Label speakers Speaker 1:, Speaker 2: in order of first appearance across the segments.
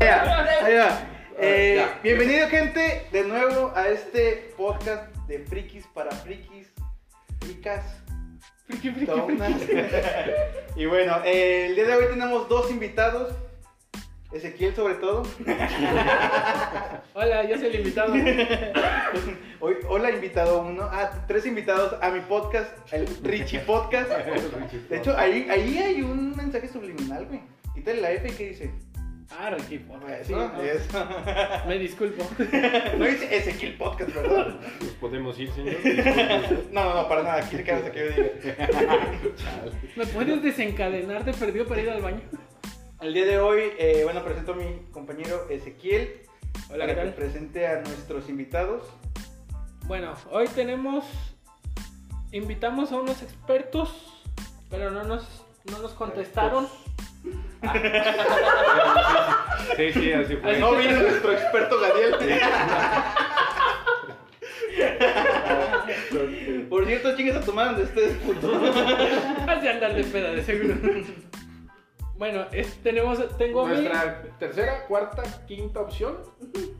Speaker 1: va, ahí va. Eh,
Speaker 2: Ya.
Speaker 1: bienvenido gente de nuevo a este podcast de frikis para frikis, fricas,
Speaker 2: Friki, friki, friki.
Speaker 1: tonas. y bueno, eh, el día de hoy tenemos dos invitados, Ezequiel sobre todo.
Speaker 2: Hola, yo soy el invitado.
Speaker 1: Hoy, hola invitado uno, ah, tres invitados a mi podcast, el Richie Podcast. De hecho, ahí, ahí hay un mensaje subliminal, güey. Quítale la F y qué dice.
Speaker 2: Ah, Ricky, por favor, sí,
Speaker 1: Eso,
Speaker 2: no,
Speaker 1: eso.
Speaker 2: Me disculpo.
Speaker 1: No dice Ezequiel Podcast, ¿verdad?
Speaker 3: Nos podemos ir, señor.
Speaker 1: No, no, no, para nada, aquí le quedas a que yo diga.
Speaker 2: ¿Me puedes desencadenar de perdido para ir al baño?
Speaker 1: El día de hoy, eh, bueno, presento a mi compañero Ezequiel.
Speaker 2: Hola, ¿qué
Speaker 1: para
Speaker 2: tal?
Speaker 1: que presente a nuestros invitados.
Speaker 2: Bueno, hoy tenemos. Invitamos a unos expertos, pero no nos, no nos contestaron.
Speaker 3: Sí, sí, así
Speaker 2: Pues
Speaker 3: fue.
Speaker 1: No vino nuestro experto Gadiel. Por cierto, chingues a tu madre donde estés, puto.
Speaker 2: Has de andar de peda, de seguro. Bueno, es- tenemos, tengo a mí
Speaker 3: Nuestra tercera, cuarta, quinta opción.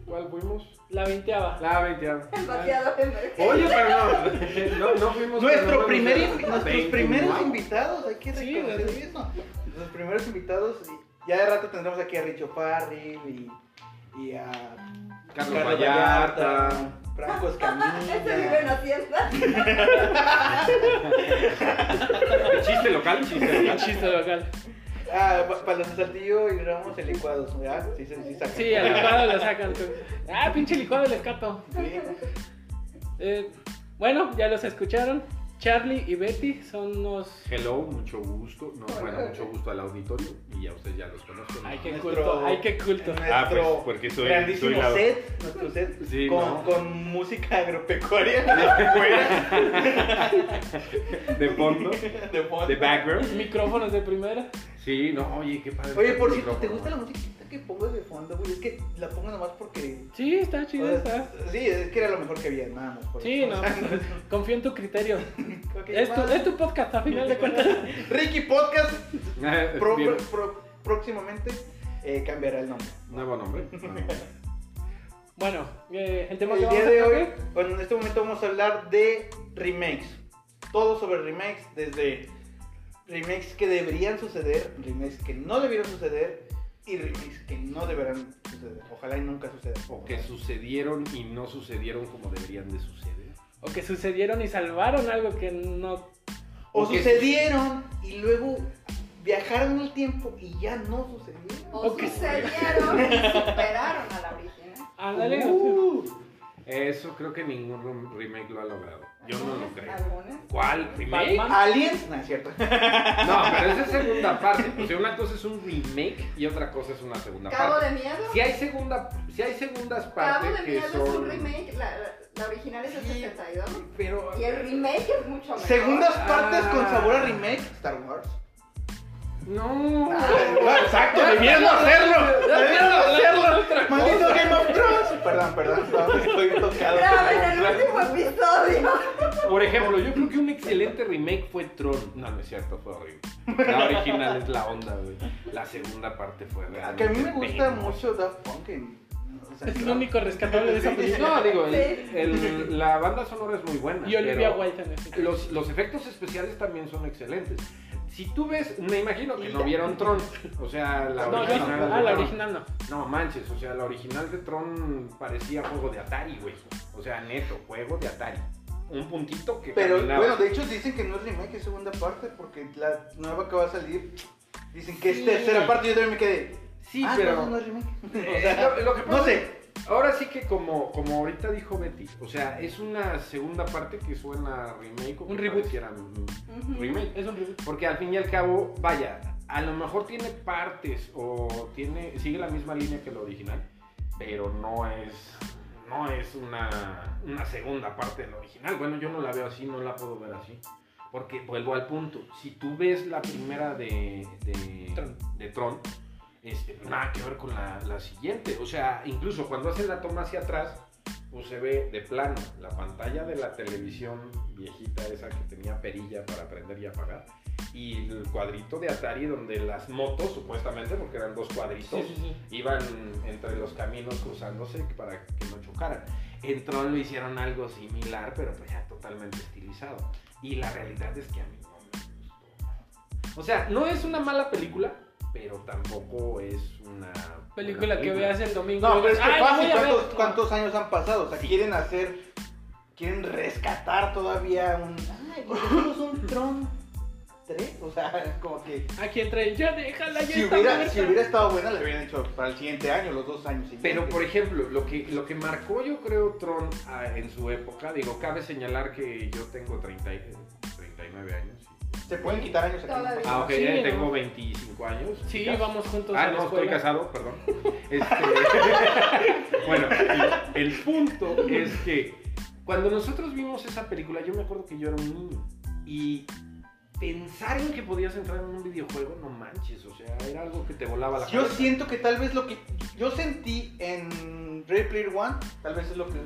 Speaker 3: ¿Cuál fuimos?
Speaker 2: la veinteava.
Speaker 3: La 20.
Speaker 4: El vaciado de emergencia.
Speaker 3: Oye, pero no. No, no fuimos.
Speaker 1: Nuestro
Speaker 3: no,
Speaker 1: primer,
Speaker 3: no,
Speaker 1: invi- nuestros
Speaker 3: 20,
Speaker 1: primeros
Speaker 3: wow.
Speaker 1: invitados, hay que
Speaker 2: Sí,
Speaker 1: reconocer
Speaker 2: sí.
Speaker 1: eso. Nuestros primeros invitados, y ya de rato tendremos aquí a Richo Farrell y, y a
Speaker 3: Carlos Vallarta.
Speaker 1: Franco Escamilla.
Speaker 4: Este vive en Hacienda.
Speaker 3: Chiste local, chiste
Speaker 2: Sí,
Speaker 3: local.
Speaker 2: chiste local.
Speaker 1: Ah, pa- para los de Saltillo y Ramos el licuados, ¿verdad? Sí, sí, sí, saca.
Speaker 2: Sí, al licuado lo sacan. tú. Ah, pinche licuado le escapo.
Speaker 1: Sí.
Speaker 2: Eh, bueno, ya los escucharon. Charlie y Betty son los.
Speaker 3: Hello, mucho gusto. No, bueno, mucho gusto al auditorio. Y ya ustedes ya los conocen.
Speaker 2: Ay, qué
Speaker 1: Nuestro-
Speaker 2: culto, ay, qué culto.
Speaker 3: Ah, pues,
Speaker 1: nuestro
Speaker 3: porque soy-
Speaker 1: grandísimo
Speaker 3: soy la-
Speaker 1: set, nuestro set
Speaker 3: Sí,
Speaker 1: con,
Speaker 3: no.
Speaker 1: con música agropecuaria de fuera,
Speaker 3: De fondo,
Speaker 1: de fondo.
Speaker 3: de background.
Speaker 2: Micrófonos de primera.
Speaker 3: Sí, no, oye, qué padre.
Speaker 1: Oye, por cierto, ¿te
Speaker 3: Micrófono.
Speaker 1: gusta la musiquita que pongo de fondo, güey? Es que la pongo nomás porque
Speaker 2: Sí, está chido,
Speaker 1: O sea,
Speaker 2: está.
Speaker 1: Sí, es que era lo mejor que había, nada más. por
Speaker 2: Sí,
Speaker 1: eso.
Speaker 2: no. pues,
Speaker 1: O sea,
Speaker 2: Confío en tu criterio.
Speaker 1: creo que
Speaker 2: Es tu,
Speaker 1: más.
Speaker 2: es tu podcast, a final de cuentas.
Speaker 1: Ricky Podcast
Speaker 3: Ah,
Speaker 1: pro-
Speaker 3: bien.
Speaker 1: pro- pro- próximamente eh, cambiará el nombre.
Speaker 3: Nuevo nombre. Ah,
Speaker 2: Bueno, eh, el tema
Speaker 1: El
Speaker 2: que
Speaker 1: día
Speaker 2: vamos
Speaker 1: de
Speaker 2: a
Speaker 1: hoy,
Speaker 2: tocar-
Speaker 1: bueno, en este momento vamos a hablar de remakes. Todo sobre remakes, desde remakes que deberían suceder, remakes que no debieron suceder y remakes que no deberán suceder. Ojalá y nunca suceda.
Speaker 3: O que sucedieron y no sucedieron como deberían de suceder.
Speaker 2: O que sucedieron y salvaron algo que no.
Speaker 1: O
Speaker 3: o que-
Speaker 1: sucedieron y luego viajaron el tiempo y ya no sucedieron.
Speaker 4: O
Speaker 2: Ok.
Speaker 4: sucedieron y superaron a la original.
Speaker 2: Ándale.
Speaker 3: Uh, eso creo que ningún rem- remake lo ha logrado. Yo no lo creo.
Speaker 4: ¿Alguna?
Speaker 3: ¿Cuál? ¿Remake?
Speaker 2: Batman.
Speaker 1: Aliens, no es cierto.
Speaker 3: No, pero esa es segunda parte. O sea, una cosa es un remake y otra cosa es una segunda
Speaker 4: Cabo
Speaker 3: parte.
Speaker 4: de miedo.
Speaker 3: Si hay, segunda, si hay segundas
Speaker 4: Cabo
Speaker 3: partes
Speaker 4: de
Speaker 3: que
Speaker 4: miedo es un
Speaker 3: son...
Speaker 4: remake. La, la- la original es del 72.
Speaker 3: Pero...
Speaker 4: Y el remake es mucho mejor.
Speaker 1: Segundas partes
Speaker 3: Ah.
Speaker 1: con sabor a remake, Star Wars.
Speaker 3: No.
Speaker 1: Exacto, debieron hacerlo. Debieron hacerlo. Maldito Game of Thrones. Perdón, perdón, no, estoy tocado.
Speaker 4: Graben el último episodio.
Speaker 3: Por ejemplo, yo creo que un excelente remake fue Tron. No, no es cierto, fue horrible. La original es la onda, güey. La segunda parte fue real.
Speaker 1: Que a mí me gusta mucho Daft Punk. en- o sea,
Speaker 2: Es lo único rescatable de esa película.
Speaker 3: No, digo, el-
Speaker 4: Sí.
Speaker 3: el- la banda sonora es muy buena.
Speaker 2: Y Olivia
Speaker 3: pero
Speaker 2: Wilde en ese.
Speaker 3: Los, los efectos especiales también son excelentes. Si tú ves, me imagino que
Speaker 1: Y
Speaker 3: no
Speaker 1: ya.
Speaker 3: vieron Tron. O sea, la
Speaker 2: No, yo.
Speaker 3: original. de
Speaker 2: Ah, la
Speaker 3: Tron.
Speaker 2: original no.
Speaker 3: No manches, o sea, la original de Tron parecía juego de Atari, güey. O sea, neto, juego de Atari. Un puntito que.
Speaker 1: Pero
Speaker 3: caminaba.
Speaker 1: bueno, de hecho dicen que no es remake, es segunda parte. Porque la nueva que va a salir, dicen que es
Speaker 3: Sí.
Speaker 1: tercera parte. Yo también me quedé.
Speaker 3: Sí,
Speaker 1: ah,
Speaker 3: pero.
Speaker 1: no, no es remake.
Speaker 3: Eh,
Speaker 1: O sea,
Speaker 3: lo- lo que pasa
Speaker 1: no
Speaker 3: es-
Speaker 1: sé.
Speaker 3: Ahora sí que como, como ahorita dijo Betty, o sea, es una segunda parte que suena a remake o que
Speaker 2: Un reboot.
Speaker 3: pareciera, mm,
Speaker 4: Ujú.
Speaker 3: remake.
Speaker 2: Es un reboot.
Speaker 3: Porque al fin y al cabo, vaya, a lo mejor tiene partes o tiene sigue la misma línea que el original, pero no es no es una, una segunda parte del original. Bueno, yo no la veo así, no la puedo ver así. Porque vuelvo al punto, si tú ves la primera de, de,
Speaker 2: Tron.
Speaker 3: de Tron, este, nada que ver con la, la siguiente. O sea, incluso cuando hacen la toma hacia atrás, pues se ve de plano la pantalla de la televisión viejita esa que tenía perilla para prender y apagar y el cuadrito de Atari donde las motos supuestamente porque eran dos cuadritos
Speaker 2: Sí, sí, sí.
Speaker 3: iban entre los caminos cruzándose para que no chocaran. En Tron lo hicieron algo similar, pero pues ya totalmente estilizado. Y la realidad es que a mí no me gustó. O sea, no es una mala película, pero tampoco es una...
Speaker 2: Película
Speaker 3: buena
Speaker 2: que veas el domingo.
Speaker 1: No,
Speaker 2: y
Speaker 1: pero es
Speaker 2: dices,
Speaker 1: que
Speaker 2: "Ay, la
Speaker 1: fácil,
Speaker 2: ah, voy a ver".
Speaker 1: ¿cuántos,
Speaker 2: No.
Speaker 1: cuántos años han pasado? O sea, quieren hacer, quieren rescatar todavía un... Ay, ¿por qué no es un Tron 3? O sea, como que...
Speaker 2: Aquí entre ya déjala, ya
Speaker 1: Si
Speaker 2: está
Speaker 1: hubiera,
Speaker 2: muerta.
Speaker 1: si hubiera estado buena, le hubieran hecho para el siguiente año, los dos años siguientes.
Speaker 3: Pero por ejemplo, lo que, lo que marcó yo creo Tron ah, en su época, digo, cabe señalar que yo tengo 30, y- 39 años. sí.
Speaker 1: Se pueden quitar años
Speaker 4: Todavía.
Speaker 1: aquí.
Speaker 3: Ah, ok,
Speaker 2: Sí,
Speaker 3: ya
Speaker 2: ¿no?
Speaker 3: tengo 25 años.
Speaker 2: Sí,
Speaker 3: chicas.
Speaker 2: vamos juntos
Speaker 3: Ah,
Speaker 2: a la
Speaker 3: no, estoy
Speaker 2: escuela.
Speaker 3: casado, perdón. Este, bueno, el, el punto es que cuando nosotros vimos esa película, yo me acuerdo que yo era un niño y pensar en que podías entrar en un videojuego, no manches, o sea, era algo que te volaba la
Speaker 1: Yo
Speaker 3: cabeza.
Speaker 1: siento que tal vez lo que yo sentí en Ready Player One, tal vez es lo que eh,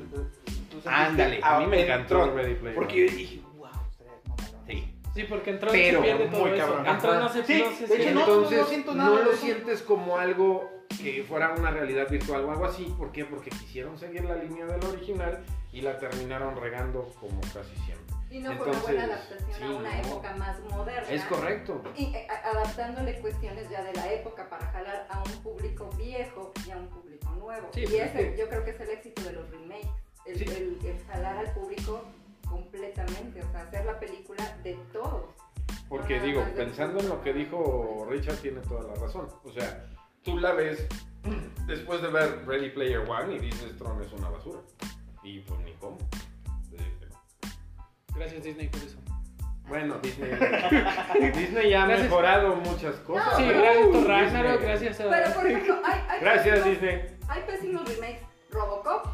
Speaker 1: tú sentiste
Speaker 3: Ándale, a mí me
Speaker 1: en
Speaker 3: encantó
Speaker 1: Tron.
Speaker 3: Ready Player
Speaker 1: Porque
Speaker 3: One.
Speaker 1: yo dije, wow, ustedes no
Speaker 3: Sí.
Speaker 2: Sí, porque entró
Speaker 3: Pero,
Speaker 2: se pierde todo
Speaker 1: muy
Speaker 2: eso.
Speaker 1: cabrón.
Speaker 2: Entró
Speaker 3: Ajá.
Speaker 2: no se
Speaker 1: Sí,
Speaker 2: no
Speaker 1: de
Speaker 2: se
Speaker 1: hecho,
Speaker 2: siente.
Speaker 1: no,
Speaker 3: Entonces,
Speaker 1: no siento nada
Speaker 3: no
Speaker 1: de
Speaker 3: lo
Speaker 1: eso.
Speaker 3: sientes como algo que fuera una realidad virtual o algo así. ¿Por qué? Porque quisieron seguir la línea del original y la terminaron regando como casi siempre.
Speaker 4: Y no fue una buena
Speaker 3: Entonces,
Speaker 4: adaptación a
Speaker 3: sí,
Speaker 4: una
Speaker 3: no.
Speaker 4: época más moderna.
Speaker 3: Es correcto.
Speaker 4: Y eh, a- adaptándole cuestiones ya de la época para jalar a un público viejo y a un público nuevo.
Speaker 3: Sí,
Speaker 4: y
Speaker 3: pues,
Speaker 4: ese
Speaker 3: sí.
Speaker 4: yo creo que es el éxito de los remakes. El,
Speaker 3: Sí.
Speaker 4: el- el jalar al público completamente, o sea, hacer la película de todos.
Speaker 3: Porque
Speaker 2: Ah,
Speaker 4: Nada
Speaker 3: digo,
Speaker 4: más de-
Speaker 3: pensando en lo que dijo Richard, tiene toda la razón. O sea, tú la ves después de ver Ready Player One y dices Tron es una basura. Y pues ni cómo. Eh,
Speaker 2: Gracias Disney por eso.
Speaker 3: Bueno, Disney, Disney ya ha
Speaker 2: Gracias.
Speaker 3: mejorado muchas cosas.
Speaker 4: No,
Speaker 2: Sí,
Speaker 4: pero-
Speaker 2: gracias
Speaker 3: Disney.
Speaker 2: por Ragnarok, gracias a
Speaker 4: Pero por ejemplo, hay, hay,
Speaker 3: Gracias,
Speaker 4: pésimos,
Speaker 3: Disney.
Speaker 4: hay pésimos remakes. Robocop.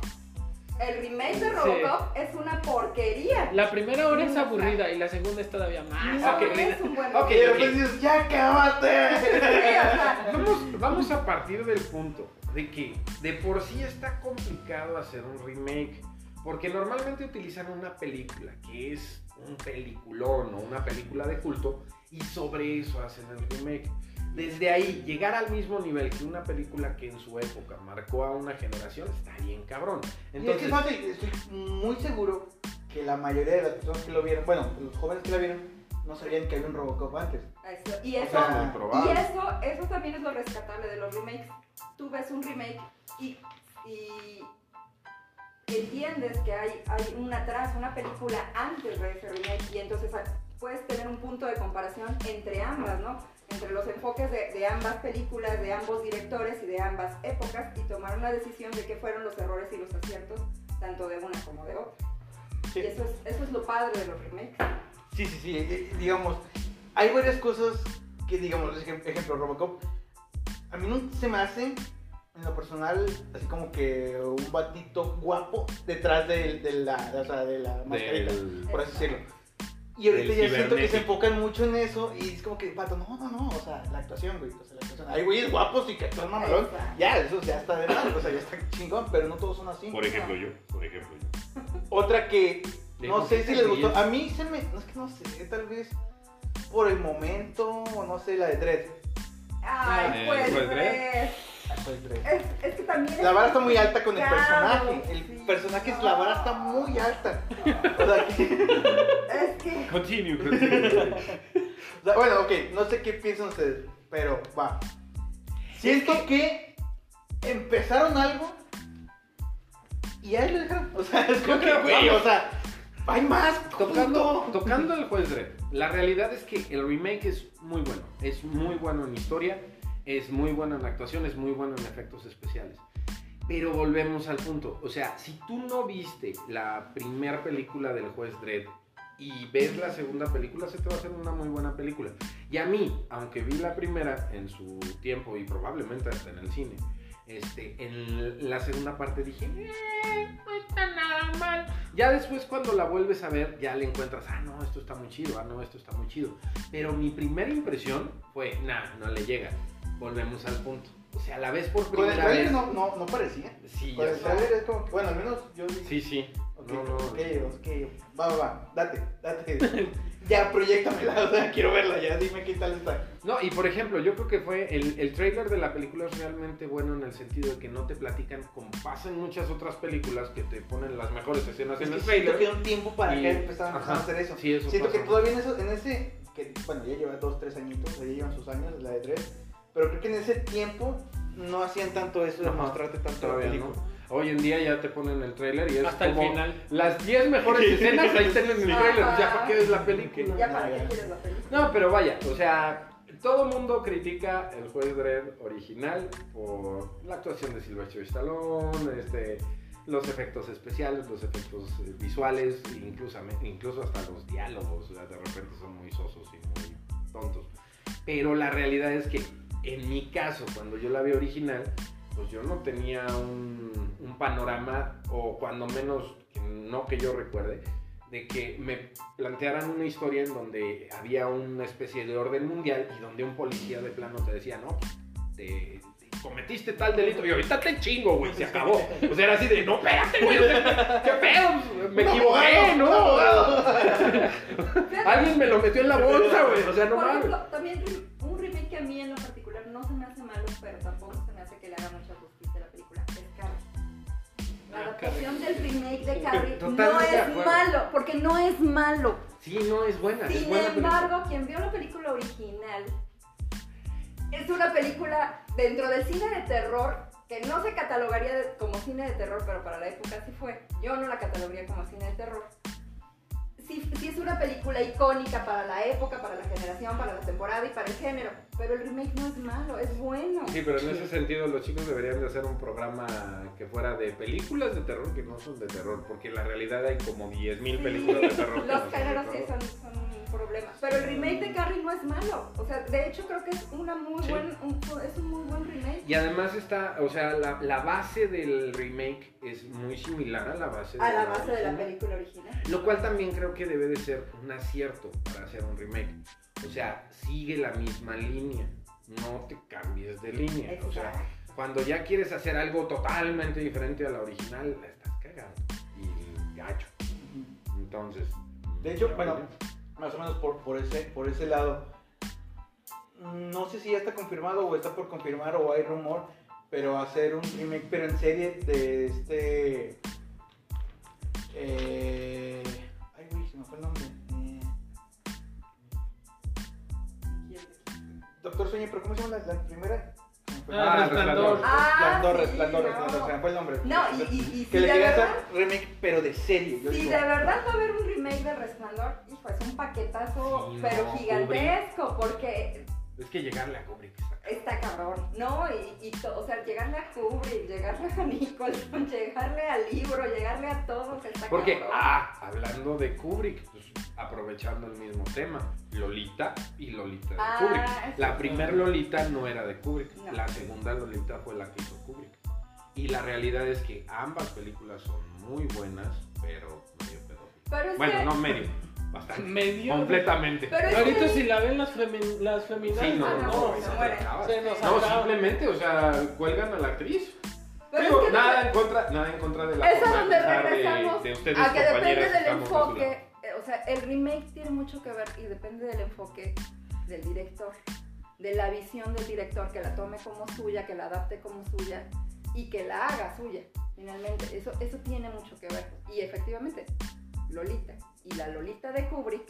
Speaker 4: El remake de Robocop es una porquería.
Speaker 2: La primera hora es aburrida y la segunda es todavía más.
Speaker 4: No
Speaker 3: ok,
Speaker 4: es un buen
Speaker 3: ok.
Speaker 1: Y después pues dices, ya acabaste.
Speaker 4: remake. Sí, o sea,
Speaker 3: Vamos, vamos a partir del punto de que de por sí está complicado hacer un remake. Porque normalmente utilizan una película que es un peliculón o una película de culto y sobre eso hacen el remake. Desde ahí, llegar al mismo nivel que una película que en su época marcó a una generación está bien cabrón.
Speaker 1: Y es que
Speaker 3: Entonces,
Speaker 1: es fácil, estoy muy seguro que la mayoría de las personas que lo vieron, bueno, los jóvenes que la vieron, no sabían que había un Robocop antes.
Speaker 4: Eso, y
Speaker 1: O
Speaker 4: eso,
Speaker 1: sea,
Speaker 3: muy probable.
Speaker 4: y eso, eso también es lo rescatable de los remakes. Tú ves un remake y, y entiendes que hay, hay un atrás, una película antes de ese remake y entonces ah, puedes tener un punto de comparación entre ambas, ¿no? Entre los enfoques de, de ambas películas, de ambos directores y de ambas épocas y tomar una decisión de qué fueron los errores y los aciertos tanto de una como de otra.
Speaker 1: Sí.
Speaker 4: Y eso es, eso es lo padre de los remakes.
Speaker 1: Sí, sí, sí. eh, eh, Digamos, hay varias cosas que, digamos, ejem- ejemplo, Robocop. A mí no se me hace, en lo personal, así como que un batito guapo detrás de, de la, o sea, de la mascarita,
Speaker 3: del-
Speaker 1: por así decirlo. Y ahorita
Speaker 3: Del
Speaker 1: ya siento que se
Speaker 3: cibernético.
Speaker 1: enfocan mucho en eso y es como que, pato, no, no, no, o sea, la actuación, güey, o sea, la actuación. Hay güeyes guapos y que actúan mamalón.
Speaker 4: Exacto.
Speaker 1: Ya, eso ya está de mal, o sea, ya está chingón, pero no todos son así.
Speaker 3: por ejemplo yo, por ejemplo yo.
Speaker 1: Otra que no
Speaker 3: Dijo
Speaker 1: sé
Speaker 3: que
Speaker 1: si
Speaker 3: te
Speaker 1: les gustó.
Speaker 3: ríes.
Speaker 1: A mí se me. No es que no sé, tal vez por el momento, o no sé, la de Dredd.
Speaker 4: Ay,
Speaker 3: Eh,
Speaker 4: pues,
Speaker 3: pues,
Speaker 4: pues,
Speaker 1: La de Ah, Dredd.
Speaker 4: Es, es que también.
Speaker 1: La vara está muy alta con el
Speaker 4: Claro,
Speaker 1: personaje. El
Speaker 4: sí.
Speaker 1: personaje es la vara está muy alta. O sea, que-
Speaker 4: Es que.
Speaker 3: Continue, continue.
Speaker 1: o sea, bueno, ok, no sé qué piensan ustedes, pero va. Siento que empezaron algo y ahí lo dejaron. O sea, es como que,
Speaker 3: creo-
Speaker 1: güey, o sea, hay más.
Speaker 3: Tocando,
Speaker 1: punto.
Speaker 3: tocando el juez Dredd, la realidad es que el remake es muy bueno. Es muy bueno en historia, es muy bueno en actuación, es muy bueno en efectos especiales. Pero volvemos al punto. O sea, si tú no viste la primera película del juez Dredd y ves la segunda película, se te va a hacer una muy buena película. Y a mí, aunque vi la primera en su tiempo y probablemente hasta en el cine, este, en la segunda parte dije, "Eh, no está nada mal. Ya después cuando la vuelves a ver, ya le encuentras, ah, no, esto está muy chido, ah, no, esto está muy chido. Pero mi primera impresión fue, nah, no le llega. Volvemos al punto. O sea, la ves por
Speaker 1: Con el
Speaker 3: primera
Speaker 1: trailer
Speaker 3: vez.
Speaker 1: no, no, no parecía.
Speaker 3: Sí,
Speaker 1: Con
Speaker 3: ya
Speaker 1: el
Speaker 3: está.
Speaker 1: trailer es como que, bueno, al menos yo dije,
Speaker 3: Sí, sí.
Speaker 1: ok,
Speaker 3: No, no,
Speaker 1: ok, ok, va, va, va, date, date. ya, proyectamela, o sea, quiero verla, ya, dime qué tal está.
Speaker 3: No, y por ejemplo, yo creo que fue el, el trailer de la película es realmente bueno en el sentido de que no te platican como pasa en muchas otras películas que te ponen las mejores escenas
Speaker 1: Es
Speaker 3: en
Speaker 1: que
Speaker 3: el
Speaker 1: siento que
Speaker 3: trailer.
Speaker 1: un tiempo para
Speaker 3: Y-
Speaker 1: que empezaron
Speaker 3: ajá,
Speaker 1: a hacer eso.
Speaker 3: sí, eso
Speaker 1: siento que
Speaker 3: pasó.
Speaker 1: todavía en, eso, en ese, que bueno, ya lleva dos, tres añitos, o sea, ya llevan sus años, la de tres, pero creo que en ese tiempo no hacían tanto eso de
Speaker 3: Ajá,
Speaker 1: mostrarte tanto la
Speaker 3: Todavía,
Speaker 1: película.
Speaker 3: ¿no? Hoy en día ya te ponen el trailer y es
Speaker 2: Hasta el
Speaker 3: como
Speaker 2: final.
Speaker 3: las 10 mejores escenas ahí están en el
Speaker 4: Ajá.
Speaker 3: trailer, ya para qué ves la película.
Speaker 4: Ya para qué quieres la película.
Speaker 3: No, pero vaya, o sea, todo mundo critica el juez Dredd original por la actuación de Sylvester Stallone, este, los efectos especiales, los efectos eh, visuales, incluso, incluso hasta los diálogos, o sea, de repente son muy sosos y muy tontos. Pero la realidad es que en mi caso, cuando yo la vi original, pues yo no tenía un, un panorama, o cuando menos, no que yo recuerde, de que me plantearan una historia en donde había una especie de orden mundial y donde un policía de plano te decía, no, te, te cometiste tal delito y ahorita te chingo, güey, se acabó. O sea, era así de, no, espérate, güey, o sea, qué pedo, me
Speaker 1: Un
Speaker 3: equivoqué,
Speaker 1: abogado,
Speaker 3: ¿no?
Speaker 1: un abogado.
Speaker 4: Fíjate,
Speaker 3: Alguien me lo metió en la bolsa, güey, o sea, no
Speaker 4: por
Speaker 3: mames.
Speaker 4: ejemplo, también re- un remake que a mí en lo particular no se me hace malo, pero tampoco se me hace que le haga mucha justicia a la película. Es Carrie. La
Speaker 2: Ah,
Speaker 4: adaptación del remake de Carrie no
Speaker 3: Totalmente de
Speaker 4: es
Speaker 3: acuerdo.
Speaker 4: malo, porque no es malo.
Speaker 3: Sí, no, es buena, es
Speaker 4: Sin
Speaker 3: buena película.
Speaker 4: embargo, quien vio la película original es una película dentro del cine de terror que no se catalogaría de- como cine de terror, pero para la época sí fue. Yo no la catalogaría como cine de terror. Sí, sí es una película icónica para la época, para la generación, para la temporada y para el género, pero el remake no es malo, es bueno.
Speaker 3: Sí, pero en ese sentido los chicos deberían de hacer un programa que fuera de películas de terror que no son de terror, porque en la realidad hay como 10.000 películas de terror. que no son
Speaker 4: Los
Speaker 3: de
Speaker 4: géneros sí
Speaker 3: terror.
Speaker 4: son, son un problema. Pero el remake de Carrie no es malo. O sea, de hecho creo que es una muy
Speaker 3: Sí.
Speaker 4: buen, un- es un muy buen remake.
Speaker 3: Y además está, o sea, la, la base del remake es muy similar a la base
Speaker 4: A la base de la
Speaker 3: original.
Speaker 4: película original.
Speaker 3: Lo cual también creo que debe de ser un acierto para hacer un remake. O sea, sigue la misma línea, no te cambies de línea. O sea,
Speaker 4: Exacto.
Speaker 3: cuando ya quieres hacer algo totalmente diferente a la original, la estás cagando. Y gacho. Entonces.
Speaker 1: De hecho, bueno, más o menos por, por, ese, por ese lado. No sé si ya está confirmado o está por confirmar o hay rumor, pero hacer un remake, pero en serie de este. eh, ay, güey, se me fue el nombre. Eh, Doctor Sueño, pero ¿cómo se llama la, la primera? Se me fue el
Speaker 2: Ah,
Speaker 1: nombre.
Speaker 2: Resplandor.
Speaker 1: Resplandor,
Speaker 4: Ah, sí,
Speaker 1: resplandor,
Speaker 4: no.
Speaker 1: resplandor, se me fue el nombre.
Speaker 4: No, y, y, y si
Speaker 1: que
Speaker 4: de
Speaker 1: le querían hacer
Speaker 4: verdad,
Speaker 1: remake, pero de serie. yo
Speaker 4: si
Speaker 1: digo.
Speaker 4: de verdad va a haber un remake del Resplandor, hijo, es un paquetazo,
Speaker 3: Sí, no,
Speaker 4: pero gigantesco, porque
Speaker 3: Es que llegarle a Kubrick está cagado.
Speaker 4: está cabrón, ¿no? Y, y to- o sea, llegarle a Kubrick, llegarle a Nicholson, llegarle al libro, llegarle a todos, está
Speaker 3: Porque,
Speaker 4: cabrón.
Speaker 3: ah, hablando de Kubrick, pues, aprovechando el mismo tema, Lolita y Lolita de
Speaker 4: Ah,
Speaker 3: Kubrick.
Speaker 4: sí.
Speaker 3: La primera Lolita no era de Kubrick,
Speaker 4: No.
Speaker 3: la segunda Lolita fue la que hizo Kubrick. Y la realidad es que ambas películas son muy buenas, pero medio pedófilas.
Speaker 4: Pero es
Speaker 3: Bueno,
Speaker 4: que...
Speaker 3: no medio, bastante.
Speaker 2: Medio.
Speaker 3: Completamente.
Speaker 4: Pero es
Speaker 2: Ahorita
Speaker 4: que-
Speaker 2: si la ven las, femin- las feminazis,
Speaker 3: Sí, no,
Speaker 4: Ah,
Speaker 3: no,
Speaker 4: no,
Speaker 3: ahí
Speaker 4: se
Speaker 3: se te
Speaker 4: muere.
Speaker 3: acabas.
Speaker 2: Se nos
Speaker 3: No,
Speaker 2: acaba.
Speaker 3: simplemente, o sea, cuelgan a la actriz.
Speaker 4: pero
Speaker 3: Digo,
Speaker 4: es que-
Speaker 3: nada, en contra, nada en contra de la
Speaker 4: Es a
Speaker 3: forma de
Speaker 4: donde
Speaker 3: pensar de-
Speaker 4: regresamos
Speaker 3: de ustedes,
Speaker 4: a que depende
Speaker 3: compañeras,
Speaker 4: del
Speaker 3: estamos de su
Speaker 4: enfoque.
Speaker 3: lado.
Speaker 4: eh, O sea, el remake tiene mucho que ver y depende del enfoque del director, de la visión del director, que la tome como suya, que la adapte como suya y que la haga suya. Finalmente, eso, eso tiene mucho que ver. Y efectivamente, Lolita y la Lolita de Kubrick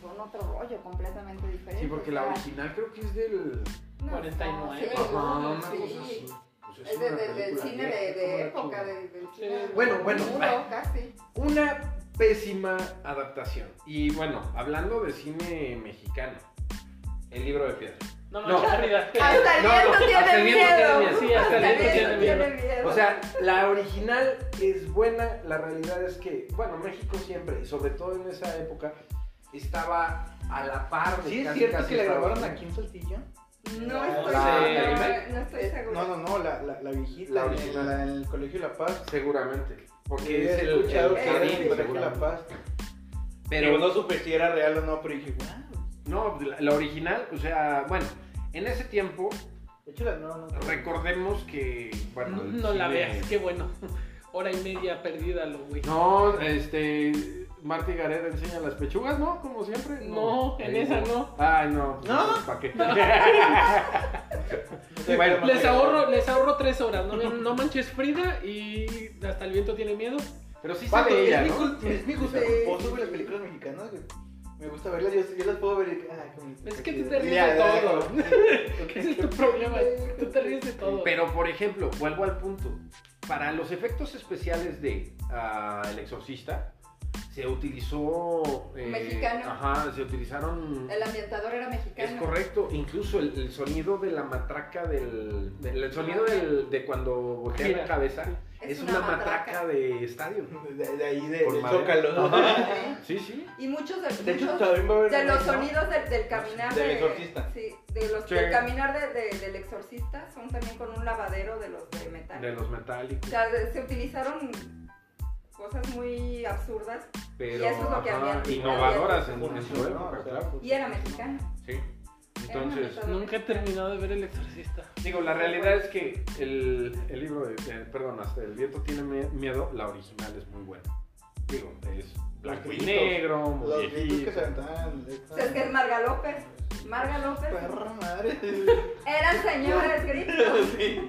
Speaker 4: son otro rollo completamente diferente.
Speaker 3: Sí, porque la
Speaker 4: o sea,
Speaker 3: original creo que es del.
Speaker 4: no,
Speaker 2: 49.
Speaker 4: sí,
Speaker 2: Ajá,
Speaker 3: una
Speaker 4: sí.
Speaker 3: cosa así. Pues
Speaker 4: Es de-
Speaker 3: una
Speaker 4: de- del
Speaker 3: película
Speaker 4: cine
Speaker 3: vieja,
Speaker 4: de,
Speaker 3: como
Speaker 4: de
Speaker 3: la chingada.
Speaker 4: época, de- del cine.
Speaker 2: Sí.
Speaker 1: Bueno, bueno,
Speaker 4: mudo,
Speaker 1: bueno.
Speaker 4: casi.
Speaker 3: Una pésima adaptación. Y bueno, hablando de cine mexicano, el libro de piedra.
Speaker 2: No,
Speaker 3: No.
Speaker 2: manches, Frida.
Speaker 4: Hasta el
Speaker 3: No,
Speaker 4: viento
Speaker 3: no, hasta
Speaker 4: tiene
Speaker 3: el viento tiene
Speaker 4: miedo.
Speaker 3: miedo.
Speaker 2: Sí, hasta el viento tiene
Speaker 3: O sea, la original es buena, la realidad es que, bueno, México siempre, y sobre todo en esa época, estaba a la par de
Speaker 1: ¿Sí es
Speaker 3: casi,
Speaker 1: cierto
Speaker 3: casi
Speaker 1: que la
Speaker 3: Estados
Speaker 1: grabaron
Speaker 3: Unidos.
Speaker 1: aquí en Saltillo?
Speaker 4: no estoy
Speaker 3: La-
Speaker 4: segura. No estoy
Speaker 1: Eh,
Speaker 4: segura.
Speaker 1: No, no, no, la, la, la viejita,
Speaker 3: La
Speaker 1: en el-
Speaker 3: original.
Speaker 1: la- en el Colegio La Paz.
Speaker 3: Seguramente.
Speaker 1: Porque
Speaker 3: Porque
Speaker 1: he
Speaker 3: es el,
Speaker 1: escuchado
Speaker 3: el
Speaker 1: que era
Speaker 3: jardín,
Speaker 1: de Parejo
Speaker 3: seguramente.
Speaker 1: la pasta. Pero
Speaker 3: Pero
Speaker 1: no supe si era real o no, pero dije,
Speaker 2: "Ah".
Speaker 1: wow.
Speaker 3: no, la, la original, o sea, bueno, en ese tiempo
Speaker 1: De hecho, la- no, no.
Speaker 3: recordemos que, bueno,
Speaker 2: No,
Speaker 3: el
Speaker 2: no la
Speaker 3: cine-
Speaker 2: veas, qué bueno. Hora y media perdida, lo güey.
Speaker 3: No, este. Marty Gareda enseña las pechugas, ¿no? Como siempre.
Speaker 2: No, en
Speaker 3: Ahí
Speaker 2: esa no.
Speaker 3: Ay, no. pues,
Speaker 1: ¿No?
Speaker 3: ¿Para qué?
Speaker 1: Entonces,
Speaker 3: Bueno,
Speaker 1: como
Speaker 2: Les
Speaker 1: que-
Speaker 2: ahorro, les ahorro tres horas. No, no manches Frida y hasta el viento tiene miedo.
Speaker 3: Pero sí
Speaker 1: Pato,
Speaker 3: se veía,
Speaker 1: es,
Speaker 3: ¿no?
Speaker 1: mi cul- es mi gusto
Speaker 4: Sí.
Speaker 1: culposo, güey, las películas mexicanas, güey. Me gusta verlas, yo, yo las puedo ver y... Ay, qué bonito.
Speaker 2: Es que
Speaker 1: qué
Speaker 2: tú te
Speaker 1: chido.
Speaker 2: ríes
Speaker 1: Ya,
Speaker 2: de
Speaker 1: ya,
Speaker 2: todo.
Speaker 1: ya, ya.
Speaker 2: Ese es tu problema. Tú te ríes de todo.
Speaker 3: Pero, por ejemplo, vuelvo al punto. Para los efectos especiales de ah, El Exorcista, se utilizó. eh,
Speaker 4: Mexicano.
Speaker 3: Ajá, se utilizaron.
Speaker 4: El ambientador era mexicano.
Speaker 3: Es correcto, incluso el, el sonido de la matraca del. del- el sonido del- de cuando voltea
Speaker 2: Gira.
Speaker 3: la cabeza
Speaker 4: Es
Speaker 3: es,
Speaker 4: una
Speaker 3: una, matraca.
Speaker 4: matraca
Speaker 3: de estadio.
Speaker 1: De, de ahí, de,
Speaker 3: Por
Speaker 1: del
Speaker 3: madre.
Speaker 1: Zócalo.
Speaker 4: Ajá.
Speaker 3: Sí, sí.
Speaker 4: Y muchos de,
Speaker 1: De hecho,
Speaker 4: muchos-
Speaker 1: también va a haber...
Speaker 4: de
Speaker 1: un
Speaker 4: los
Speaker 1: remake, ¿no?
Speaker 4: sonidos del, del caminar
Speaker 1: Del
Speaker 4: de-
Speaker 1: exorcista.
Speaker 4: Sí, de los,
Speaker 3: Sí.
Speaker 4: del caminar de- de- del exorcista son también con un lavadero de los de metal.
Speaker 3: De los
Speaker 4: O
Speaker 3: metálicos.
Speaker 4: sea, de- se utilizaron cosas muy absurdas
Speaker 3: pero
Speaker 4: Y eso es lo que
Speaker 3: ajá,
Speaker 4: habían-
Speaker 3: innovadoras en, en su
Speaker 1: Funcionó,
Speaker 3: época,
Speaker 1: o sea,
Speaker 3: claro.
Speaker 4: y era mexicano.
Speaker 3: Sí.
Speaker 4: Era
Speaker 3: Entonces,
Speaker 4: una
Speaker 2: Nunca he terminado de ver El Exorcista.
Speaker 3: digo, la realidad es que el, el libro de, de- perdón, hasta El viento tiene mie- miedo, la original es muy buena. Digo, es blanco y
Speaker 1: gritos.
Speaker 3: negro, muy
Speaker 1: Los gritos que se
Speaker 3: viejita.
Speaker 1: aventaban.
Speaker 4: O sea, es que es Marga López. Marga López.
Speaker 1: Perra madre.
Speaker 4: Eran señores gritos.
Speaker 1: Sí.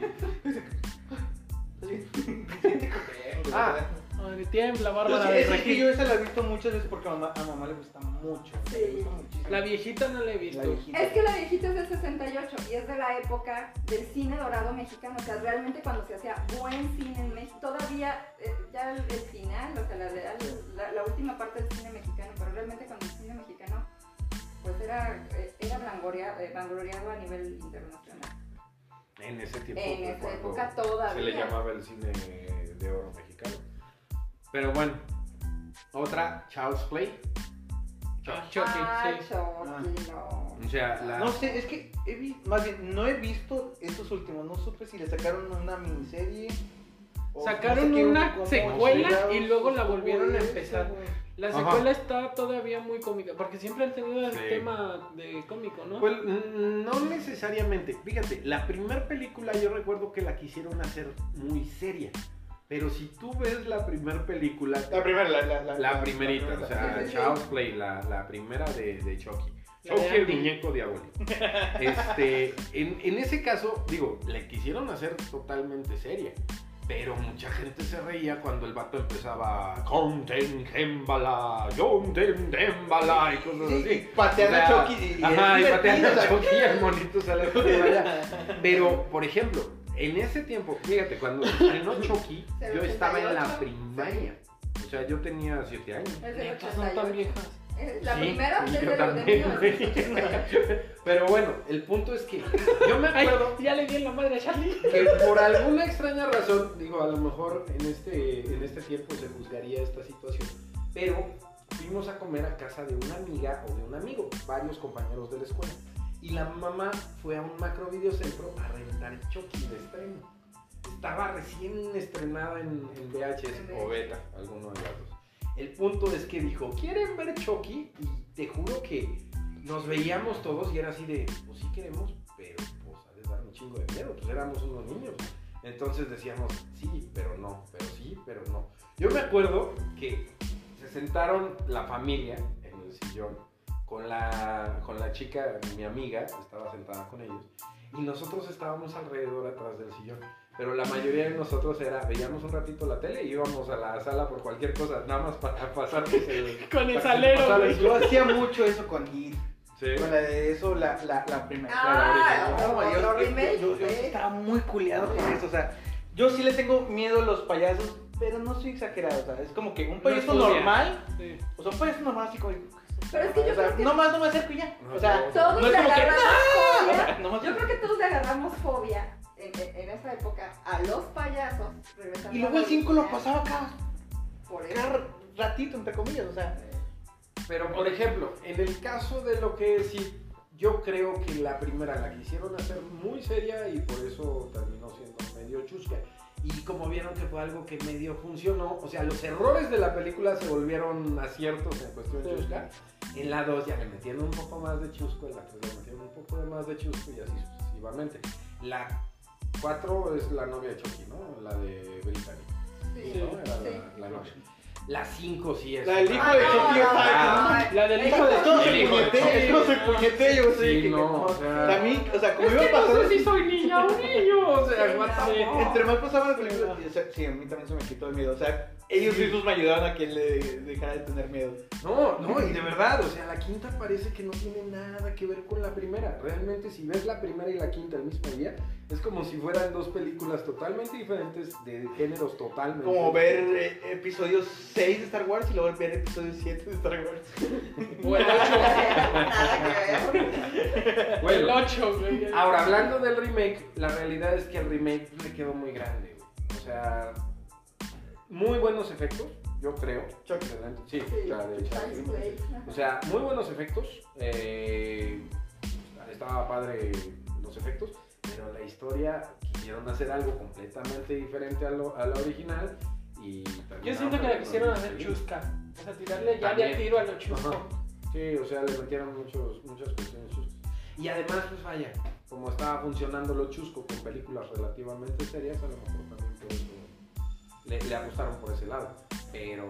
Speaker 3: Ah.
Speaker 2: Madre, tiembla,
Speaker 1: Yo
Speaker 2: Bárbara
Speaker 1: sí,
Speaker 2: de
Speaker 1: es que
Speaker 2: Regil.
Speaker 1: yo esa la he visto muchas veces porque a mamá, a mamá le gusta mucho.
Speaker 4: Sí.
Speaker 1: Le gusta muchísimo.
Speaker 2: La viejita no la he
Speaker 1: La
Speaker 2: visto.
Speaker 1: viejita.
Speaker 4: Es que la viejita es del 68 y es de la época del cine dorado mexicano. O sea, realmente cuando se hacía buen cine en México, todavía eh, ya el, el final, o sea, la, la- la última parte del cine mexicano, pero realmente cuando el cine mexicano pues era, eh, era vangoria- eh, vangloriado a nivel internacional.
Speaker 3: En ese tiempo.
Speaker 4: En
Speaker 3: fue cuando
Speaker 4: esa época todavía.
Speaker 3: Se le llamaba el cine de oro mexicano. Pero bueno, otra, Child's Play.
Speaker 2: Chucky,
Speaker 4: Ah,
Speaker 2: sí.
Speaker 4: Chucky, no.
Speaker 3: O sea, la...
Speaker 1: No sé, es que he vi- más bien, no he visto estos últimos. No supe si le sacaron una miniserie. o
Speaker 2: Sacaron
Speaker 1: no sé qué,
Speaker 2: una
Speaker 1: cómo
Speaker 2: secuela
Speaker 1: chingados
Speaker 2: y luego la
Speaker 1: estuvo
Speaker 2: volvieron a
Speaker 1: esa,
Speaker 2: empezar.
Speaker 1: güey.
Speaker 2: La
Speaker 3: Ajá.
Speaker 2: secuela está todavía muy cómica, porque siempre han tenido el
Speaker 3: Sí.
Speaker 2: tema de cómico, ¿no?
Speaker 3: Pues mm, no necesariamente. Fíjate, la primera película yo recuerdo que la quisieron hacer muy seria. Pero si tú ves la primera película,
Speaker 1: La
Speaker 3: la,
Speaker 1: primera, la, la, la,
Speaker 3: primerita,
Speaker 1: la-
Speaker 3: o sea,
Speaker 4: Sí, sí, sí.
Speaker 3: Child's Play, la, la primera de, de Chucky.
Speaker 2: La de
Speaker 3: Chucky el
Speaker 2: Andy.
Speaker 3: muñeco diabólico. Este, en, en ese caso, digo, la quisieron hacer totalmente seria. Pero mucha gente se reía cuando el vato empezaba Conten Gembala, John Ten Dembala y cosas
Speaker 1: Sí,
Speaker 3: así.
Speaker 1: y pateando a
Speaker 3: O sea,
Speaker 1: Chucky. y-
Speaker 3: Ajá, y
Speaker 1: es
Speaker 3: pateando a
Speaker 1: divertido,
Speaker 3: Chucky y el monito sale por allá. Pero, por ejemplo, en ese tiempo, fíjate, cuando se estrenó Chucky,
Speaker 4: Se
Speaker 3: yo
Speaker 4: ve
Speaker 3: estaba en la
Speaker 4: 88.
Speaker 3: primaria. O sea, yo tenía 7 años.
Speaker 4: Es del
Speaker 2: Neta, son tan
Speaker 4: 88.
Speaker 2: viejas.
Speaker 4: Es La
Speaker 3: Sí,
Speaker 4: primera
Speaker 3: y
Speaker 4: es
Speaker 3: yo
Speaker 4: de los de
Speaker 3: también, güey.
Speaker 4: 1988.
Speaker 3: Pero bueno, el punto es que yo me
Speaker 2: Ay,
Speaker 3: acuerdo
Speaker 2: ya le di en la madre a Charlie.
Speaker 3: que por alguna extraña razón, digo, a lo mejor en este, en este tiempo se juzgaría esta situación, pero fuimos a comer a casa de una amiga o de un amigo, varios compañeros de la escuela, y la mamá fue a un macro videocentro a rentar Chucky de estreno. Estaba recién estrenada en, en VHS o Beta, alguno de los dos. El punto es que dijo, ¿quieren ver Chucky? Y te juro que nos veíamos todos y era así de, pues sí queremos, pero pues ha de dar un chingo de miedo, pues éramos unos niños. Entonces decíamos, sí, pero no, pero sí, pero no. Yo me acuerdo que se sentaron la familia en el sillón con la, con la chica, mi amiga, estaba sentada con ellos, y nosotros estábamos alrededor atrás del sillón. Pero la mayoría de nosotros era, veíamos un ratito la tele y íbamos a la sala por cualquier cosa, nada más para pasarnos el...
Speaker 2: Con el
Speaker 3: para
Speaker 2: salero,
Speaker 3: pasar el
Speaker 2: güey.
Speaker 1: Yo hacía mucho eso con Gil.
Speaker 3: Sí.
Speaker 1: Con la de eso, la, la, la primera.
Speaker 4: Ah,
Speaker 1: la original.
Speaker 4: los-
Speaker 1: No,
Speaker 4: los
Speaker 1: yo-
Speaker 4: remakes,
Speaker 1: yo, yo
Speaker 4: ¿eh?
Speaker 1: estaba muy culeado con eso. O sea, yo sí le tengo miedo a los payasos, pero no soy exagerado. O sea, es como que un payaso
Speaker 2: estudia.
Speaker 1: normal,
Speaker 3: pues,
Speaker 2: Sí.
Speaker 1: o sea, un payaso normal así como.
Speaker 4: Pero es que yo
Speaker 1: o sea,
Speaker 4: creo que-
Speaker 1: nomás no me acerco y ya. O sea,
Speaker 4: Todos
Speaker 1: no es
Speaker 4: le
Speaker 1: como que.
Speaker 4: agarramos
Speaker 1: ¡Ah! O
Speaker 4: fobia.
Speaker 1: sea, nomás-
Speaker 4: Yo creo que todos le agarramos fobia en, en- en esa época a los payasos. regresando
Speaker 1: Y luego
Speaker 4: a
Speaker 1: el 5 lo
Speaker 4: original,
Speaker 1: pasaba cada,
Speaker 4: Por eso.
Speaker 1: cada ratito, entre comillas. O sea,
Speaker 3: Pero por ejemplo, en el caso de lo que sí, yo creo que la primera la quisieron hacer muy seria y por eso terminó siendo medio chusca. Y como vieron que fue algo que medio funcionó, o sea, los errores de la película se volvieron aciertos en cuestión
Speaker 2: Sí.
Speaker 3: chusca. En la 2 ya le metieron un poco más de chusco, en la 3 le metieron un poco de más de chusco y así sucesivamente. La 4 es la novia de Chucky, ¿no? La de Brittany.
Speaker 4: Sí,
Speaker 2: Sí.
Speaker 3: ¿no? Era
Speaker 4: sí.
Speaker 3: la, la novia. La 5 sí es. Ah,
Speaker 1: La del
Speaker 3: una-
Speaker 1: hijo de Chucky, o sea,
Speaker 4: no,
Speaker 2: La del hijo de
Speaker 1: que no, no
Speaker 3: El
Speaker 1: se
Speaker 3: hijo de
Speaker 1: puñetea,
Speaker 3: Chucky.
Speaker 1: no se puñetea, yo
Speaker 3: Sí,
Speaker 1: sí. que-
Speaker 3: no, o sea-
Speaker 1: A mí, o sea, como
Speaker 3: Es
Speaker 1: iba
Speaker 3: que no
Speaker 1: pasando...
Speaker 3: sé si soy niña o niño, o sea,
Speaker 4: Sí,
Speaker 3: what the
Speaker 4: no.
Speaker 3: fuck.
Speaker 1: Entre más pasaba la película, o sea, sí, a mí también se me quitó el miedo. O sea, ellos mismos me ayudaron a que le dejara de tener miedo.
Speaker 3: No, no, y de verdad, o sea, la quinta parece que no tiene nada que ver con la primera. Realmente, si ves la primera y la quinta el mismo día, es como si fueran dos películas totalmente diferentes, de géneros totalmente.
Speaker 1: Como ver eh, episodio 6 de Star Wars y luego ver episodio 7 de Star Wars.
Speaker 2: O el 8.
Speaker 4: Nada que ver.
Speaker 2: El
Speaker 3: Bueno,
Speaker 2: 8, güey.
Speaker 3: ahora hablando del remake, la realidad es que el remake le quedó muy grande, güey. O sea, muy buenos efectos, yo creo.
Speaker 1: Chucky.
Speaker 3: Sí, la de
Speaker 4: Ay, güey.
Speaker 3: O sea, muy buenos efectos. eh, estaba padre los efectos. Pero la historia quisieron hacer algo completamente diferente a, lo- a la original. Y
Speaker 2: Yo
Speaker 3: terminaron
Speaker 2: siento que la
Speaker 3: perdiendo
Speaker 2: quisieron
Speaker 3: mucho
Speaker 2: hacer
Speaker 3: tiempo.
Speaker 2: chusca. O sea, tirarle ya de
Speaker 3: También.
Speaker 2: a tiro a lo chusco.
Speaker 3: Ajá. Sí, o sea, le metieron muchos, muchas cuestiones chuscas. Y además, pues vaya, como estaba funcionando lo chusco con películas relativamente serias, a lo mejor también por eso le, le apostaron por ese lado. Pero,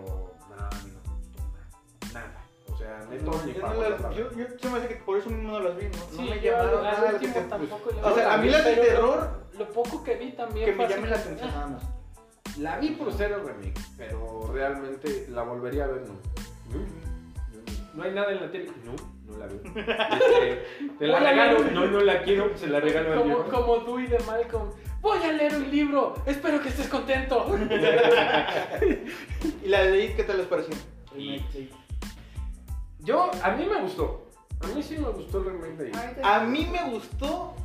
Speaker 3: no, a mí no me gustó nada. Nada. O sea, neto ni
Speaker 1: Yo,
Speaker 3: para
Speaker 1: no las-
Speaker 3: guardarla.
Speaker 1: yo, yo se me hace que por eso mismo no las vi, ¿no? No
Speaker 2: Sí,
Speaker 1: me
Speaker 2: yo
Speaker 1: llamaron
Speaker 2: al
Speaker 1: nada.
Speaker 2: último
Speaker 1: la atención.
Speaker 2: tampoco le-
Speaker 1: O sea, a mí las de
Speaker 2: Pero
Speaker 1: terror
Speaker 2: Lo poco que vi también
Speaker 1: que me
Speaker 2: fue
Speaker 1: llamen la
Speaker 2: así.
Speaker 1: atención nada más.
Speaker 3: La vi por ser el remake, pero realmente la volvería a ver nunca. No hay nada en la tele. No, no la veo. Este, te la
Speaker 2: Voy a
Speaker 3: regalo.
Speaker 2: leer.
Speaker 3: No, no la quiero. Se la regalo a
Speaker 2: Como,
Speaker 3: alguien.
Speaker 2: como Dewey de Malcolm. Voy a leer un libro. Espero que estés contento.
Speaker 1: ¿Y la de It qué tal les pareció?
Speaker 3: It. Yo, a mí me gustó. A mí sí me gustó el remake de ahí.
Speaker 4: Este.
Speaker 1: A mí me gustó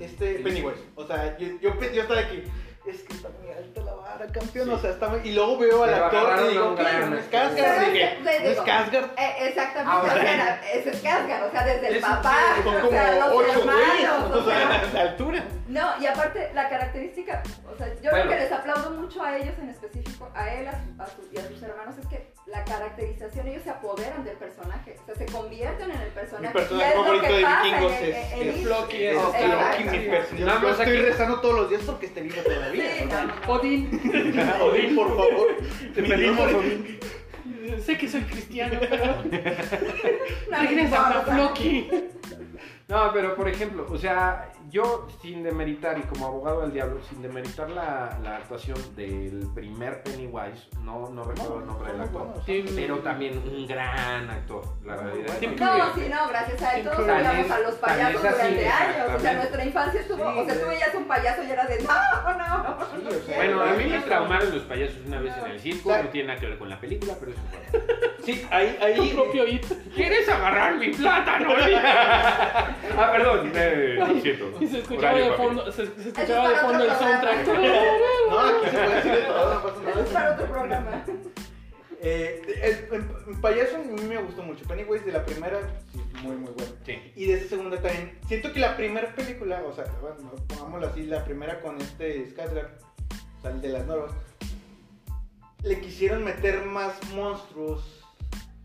Speaker 1: este Pennywise. O sea, yo, yo, pe- yo estaba aquí. Es que está muy alta la vara, campeón.
Speaker 3: Sí.
Speaker 1: O sea, está muy... Y luego veo al
Speaker 3: Pero
Speaker 1: actor
Speaker 3: agarraron
Speaker 1: y
Speaker 3: a
Speaker 1: digo,
Speaker 3: un
Speaker 1: ¿qué?
Speaker 3: gran
Speaker 1: ¿No es
Speaker 3: actor.
Speaker 1: Skarsgård?
Speaker 4: Pero
Speaker 1: Dije,
Speaker 4: es que
Speaker 1: ¿no
Speaker 4: te
Speaker 1: es
Speaker 4: digo-
Speaker 1: Skarsgård?
Speaker 4: Eh, exactamente,
Speaker 3: Ahora-
Speaker 4: o sea, era- ese es Skarsgård, o sea, desde el
Speaker 3: Eso
Speaker 4: papá,
Speaker 3: sí,
Speaker 1: Son
Speaker 4: o
Speaker 1: como
Speaker 4: sea, los
Speaker 1: ocho
Speaker 4: hermanos,
Speaker 1: güeyes.
Speaker 4: o sea,
Speaker 1: la altura.
Speaker 4: no, y aparte la característica, o sea, yo
Speaker 3: Bueno.
Speaker 4: lo que les aplaudo mucho a ellos en específico, a él a su- a su- y a sus hermanos, es que la caracterización, ellos se apoderan del personaje, o sea, se convierten en el
Speaker 1: Mi
Speaker 4: personaje, y
Speaker 1: personaje
Speaker 4: es lo
Speaker 1: favorito
Speaker 4: que
Speaker 1: de
Speaker 4: pasa en
Speaker 1: vikingos
Speaker 4: el-
Speaker 1: es,
Speaker 4: en- en
Speaker 1: es
Speaker 4: It.
Speaker 1: Floki.
Speaker 2: es
Speaker 1: Es
Speaker 4: Floki,
Speaker 1: Floki, mi
Speaker 4: mi personaje.
Speaker 1: personaje. Yo
Speaker 3: Nada más
Speaker 1: estoy
Speaker 3: aquí-
Speaker 1: rezando todos los días porque esté vivo todavía.
Speaker 4: Sí, no, no, no.
Speaker 2: Odín.
Speaker 1: ¿no? Odín, por favor.
Speaker 3: Te
Speaker 1: Mi
Speaker 3: pedimos,
Speaker 1: Dios.
Speaker 3: Odín.
Speaker 2: Sé que soy cristiano, pero
Speaker 4: No,
Speaker 2: regresa
Speaker 4: no,
Speaker 2: a
Speaker 4: no, no.
Speaker 2: Floki.
Speaker 3: No, pero por ejemplo, o sea, yo sin demeritar y como abogado del diablo, sin demeritar la, la actuación del primer Pennywise, no, no recuerdo el nombre del actor.
Speaker 2: Tim-
Speaker 3: pero también un gran actor, la realidad.
Speaker 2: Tim
Speaker 4: No, sí, no, gracias a él todos
Speaker 2: Incluye-
Speaker 4: odiamos a los
Speaker 3: también
Speaker 4: payasos
Speaker 3: es así,
Speaker 4: durante años. O sea,
Speaker 3: exactamente.
Speaker 4: nuestra infancia estuvo,
Speaker 1: Sí,
Speaker 4: o sea, tú
Speaker 1: güey.
Speaker 4: veías un payaso y eras de no, no. no
Speaker 1: o sea,
Speaker 4: quiero".
Speaker 3: Bueno, a mí me traumaron los payasos una vez en el circo,
Speaker 1: Claro.
Speaker 3: no tiene nada que ver con la película, pero eso fue.
Speaker 1: Sí, ahí,
Speaker 2: Tu
Speaker 1: ahí.
Speaker 2: propio hit.
Speaker 3: ¿Quieres agarrar mi plátano? ah, perdón, eh, lo siento.
Speaker 2: Y se escuchaba
Speaker 3: Horario,
Speaker 2: de
Speaker 3: papi.
Speaker 2: fondo, se, se
Speaker 4: Eso es
Speaker 2: escuchaba
Speaker 4: para
Speaker 2: de fondo el
Speaker 4: otro programa.
Speaker 2: soundtrack.
Speaker 1: No, aquí se puede decir de todo, no pasa
Speaker 4: Eso es para
Speaker 1: nada.
Speaker 4: otro programa.
Speaker 1: Eh, el, el payaso a mí me gustó mucho. Pennywise de la primera, sí, muy, muy bueno.
Speaker 3: Sí.
Speaker 1: Y de esa segunda también. Siento que la primera película, o sea, bueno, pongámoslo así, la primera con este Skarsgård, o sea, el de las normas, le quisieron meter más monstruos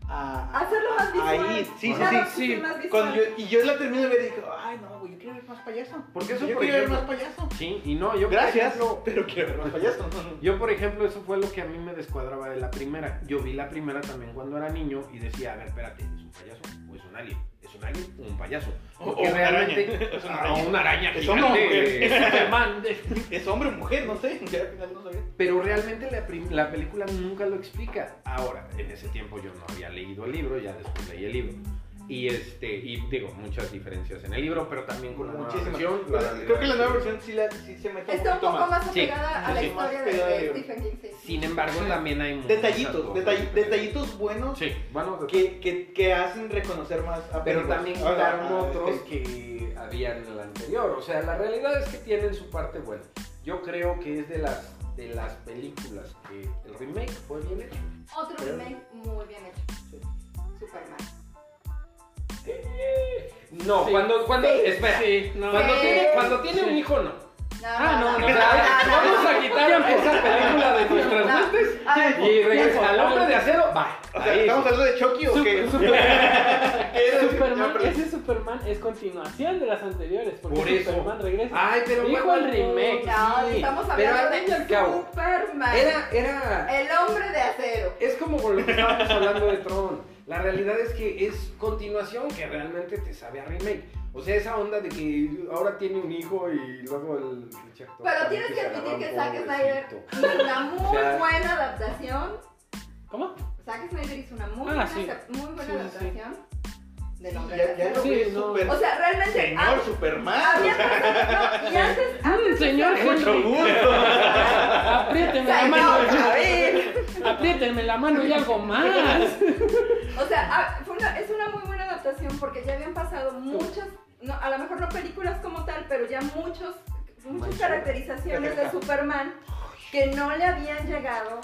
Speaker 1: a.
Speaker 4: Hacerlo más visual.
Speaker 1: Ahí, sí, sí,
Speaker 4: Claro,
Speaker 1: sí.
Speaker 4: sí, más visual.
Speaker 1: Cuando yo, y yo la terminé de ver y dije, ay, no, güey, yo quiero ver más payaso.
Speaker 3: Porque eso,
Speaker 1: yo
Speaker 3: por
Speaker 1: quiero ver
Speaker 3: ejemplo-
Speaker 1: más payaso.
Speaker 3: Sí, y no, yo
Speaker 1: Gracias,
Speaker 3: por ejemplo,
Speaker 1: pero quiero ver más payaso.
Speaker 3: Yo, por ejemplo, eso fue lo que a mí me descuadraba de la primera. Yo vi la primera también cuando era niño y decía, a ver, espérate, ¿es un payaso o es un alien? ¿Es un alien o un payaso?
Speaker 1: O-
Speaker 3: Porque
Speaker 1: o una
Speaker 3: realmente-
Speaker 1: araña. Es una
Speaker 3: Ah,
Speaker 1: araña.
Speaker 3: una araña
Speaker 1: Es
Speaker 3: gigante.
Speaker 1: hombre o mujer.
Speaker 2: Superman. de-
Speaker 1: Es hombre o mujer, no sé. Ya al final no sabía.
Speaker 3: Pero realmente la, prim- la película nunca lo explica. Ahora, en ese tiempo yo no había leído el libro, ya después leí el libro. Y este, y digo, muchas diferencias en el libro, pero también con la nueva
Speaker 1: Muchísimas.
Speaker 3: versión. la realidad
Speaker 1: Creo que la nueva
Speaker 3: es-
Speaker 1: versión sí, la, sí se mete
Speaker 4: Está un poco más apegada
Speaker 3: Sí,
Speaker 4: a la
Speaker 3: sí.
Speaker 4: historia de,
Speaker 1: Pegada
Speaker 4: de
Speaker 1: al libro.
Speaker 4: Stephen King. sí.
Speaker 3: Sin embargo, también hay muchas
Speaker 1: Detallitos,
Speaker 3: cosas
Speaker 1: detall-
Speaker 3: diferentes.
Speaker 1: detallitos buenos
Speaker 3: Sí, bueno,
Speaker 1: que, que, que hacen reconocer más a
Speaker 3: pero
Speaker 1: películas.
Speaker 3: también
Speaker 1: Ah,
Speaker 3: quitaron
Speaker 1: ah,
Speaker 3: otros
Speaker 1: este,
Speaker 3: que habían en el anterior. O sea, la realidad es que tienen su parte buena. Yo creo que es de las de las películas que el remake fue bien hecho.
Speaker 4: Otro remake muy bien hecho. Superman.
Speaker 3: No,
Speaker 2: Sí.
Speaker 3: cuando cuando espera,
Speaker 2: Sí, no.
Speaker 3: cuando
Speaker 4: Sí.
Speaker 3: tiene cuando tiene
Speaker 2: Sí.
Speaker 3: un hijo no.
Speaker 4: No,
Speaker 2: Ah, no, no,
Speaker 3: O sea,
Speaker 2: no,
Speaker 3: Vamos a quitar esa película de nuestras
Speaker 5: No,
Speaker 3: mentes
Speaker 5: a ver,
Speaker 3: y
Speaker 2: tiempo,
Speaker 3: regresa al hombre de acero. Va.
Speaker 1: O sea,
Speaker 3: ahí.
Speaker 1: ¿estamos hablando de Chucky o qué?
Speaker 2: Super- Superman,
Speaker 1: ¿Qué era? Ya
Speaker 2: Superman,
Speaker 1: perdí.
Speaker 2: ese Superman es continuación de las anteriores, porque
Speaker 3: Por eso.
Speaker 2: Superman
Speaker 1: Ah.
Speaker 2: regresa.
Speaker 3: Ay, pero
Speaker 2: Dijo
Speaker 3: bueno,
Speaker 2: el remake.
Speaker 4: No,
Speaker 3: sí,
Speaker 4: estamos
Speaker 3: pero
Speaker 4: hablando
Speaker 3: al fin y al
Speaker 4: de
Speaker 3: cabo,
Speaker 4: Superman.
Speaker 3: Era, era.
Speaker 4: El hombre de acero.
Speaker 3: Es como con lo que estábamos hablando de Tron. La realidad es que es continuación que realmente te sabe a remake. O sea, esa onda de que ahora tiene un hijo y luego el Richard Donner
Speaker 4: Pero tienes que
Speaker 3: se agarra
Speaker 4: admitir
Speaker 3: un
Speaker 4: que Zack Snyder
Speaker 3: pobrecito.
Speaker 4: hizo una muy
Speaker 3: O sea-
Speaker 4: buena adaptación.
Speaker 2: ¿Cómo?
Speaker 4: Zack Snyder hizo una muy,
Speaker 2: Ah,
Speaker 4: buena,
Speaker 2: sí.
Speaker 4: muy buena
Speaker 2: Sí, sí,
Speaker 4: adaptación del hombre de
Speaker 1: Ya, ya
Speaker 4: acero.
Speaker 1: lo vi,
Speaker 2: Sí, no.
Speaker 1: super.
Speaker 4: O sea, realmente.
Speaker 1: señor
Speaker 4: ah,
Speaker 1: Superman.
Speaker 4: había personas- no, y antes.
Speaker 2: Mm, señor
Speaker 1: Mucho
Speaker 2: Henry,
Speaker 1: gusto.
Speaker 2: apriétenme la
Speaker 4: Señor
Speaker 2: mano,
Speaker 4: Javier.
Speaker 2: apriétenme la mano y algo más.
Speaker 4: O sea, ah, fue una- es una muy buena adaptación porque ya habían pasado muchas, no, a lo mejor no películas como tal, pero ya muchos, muchas caracterizaciones de Superman que no le habían llegado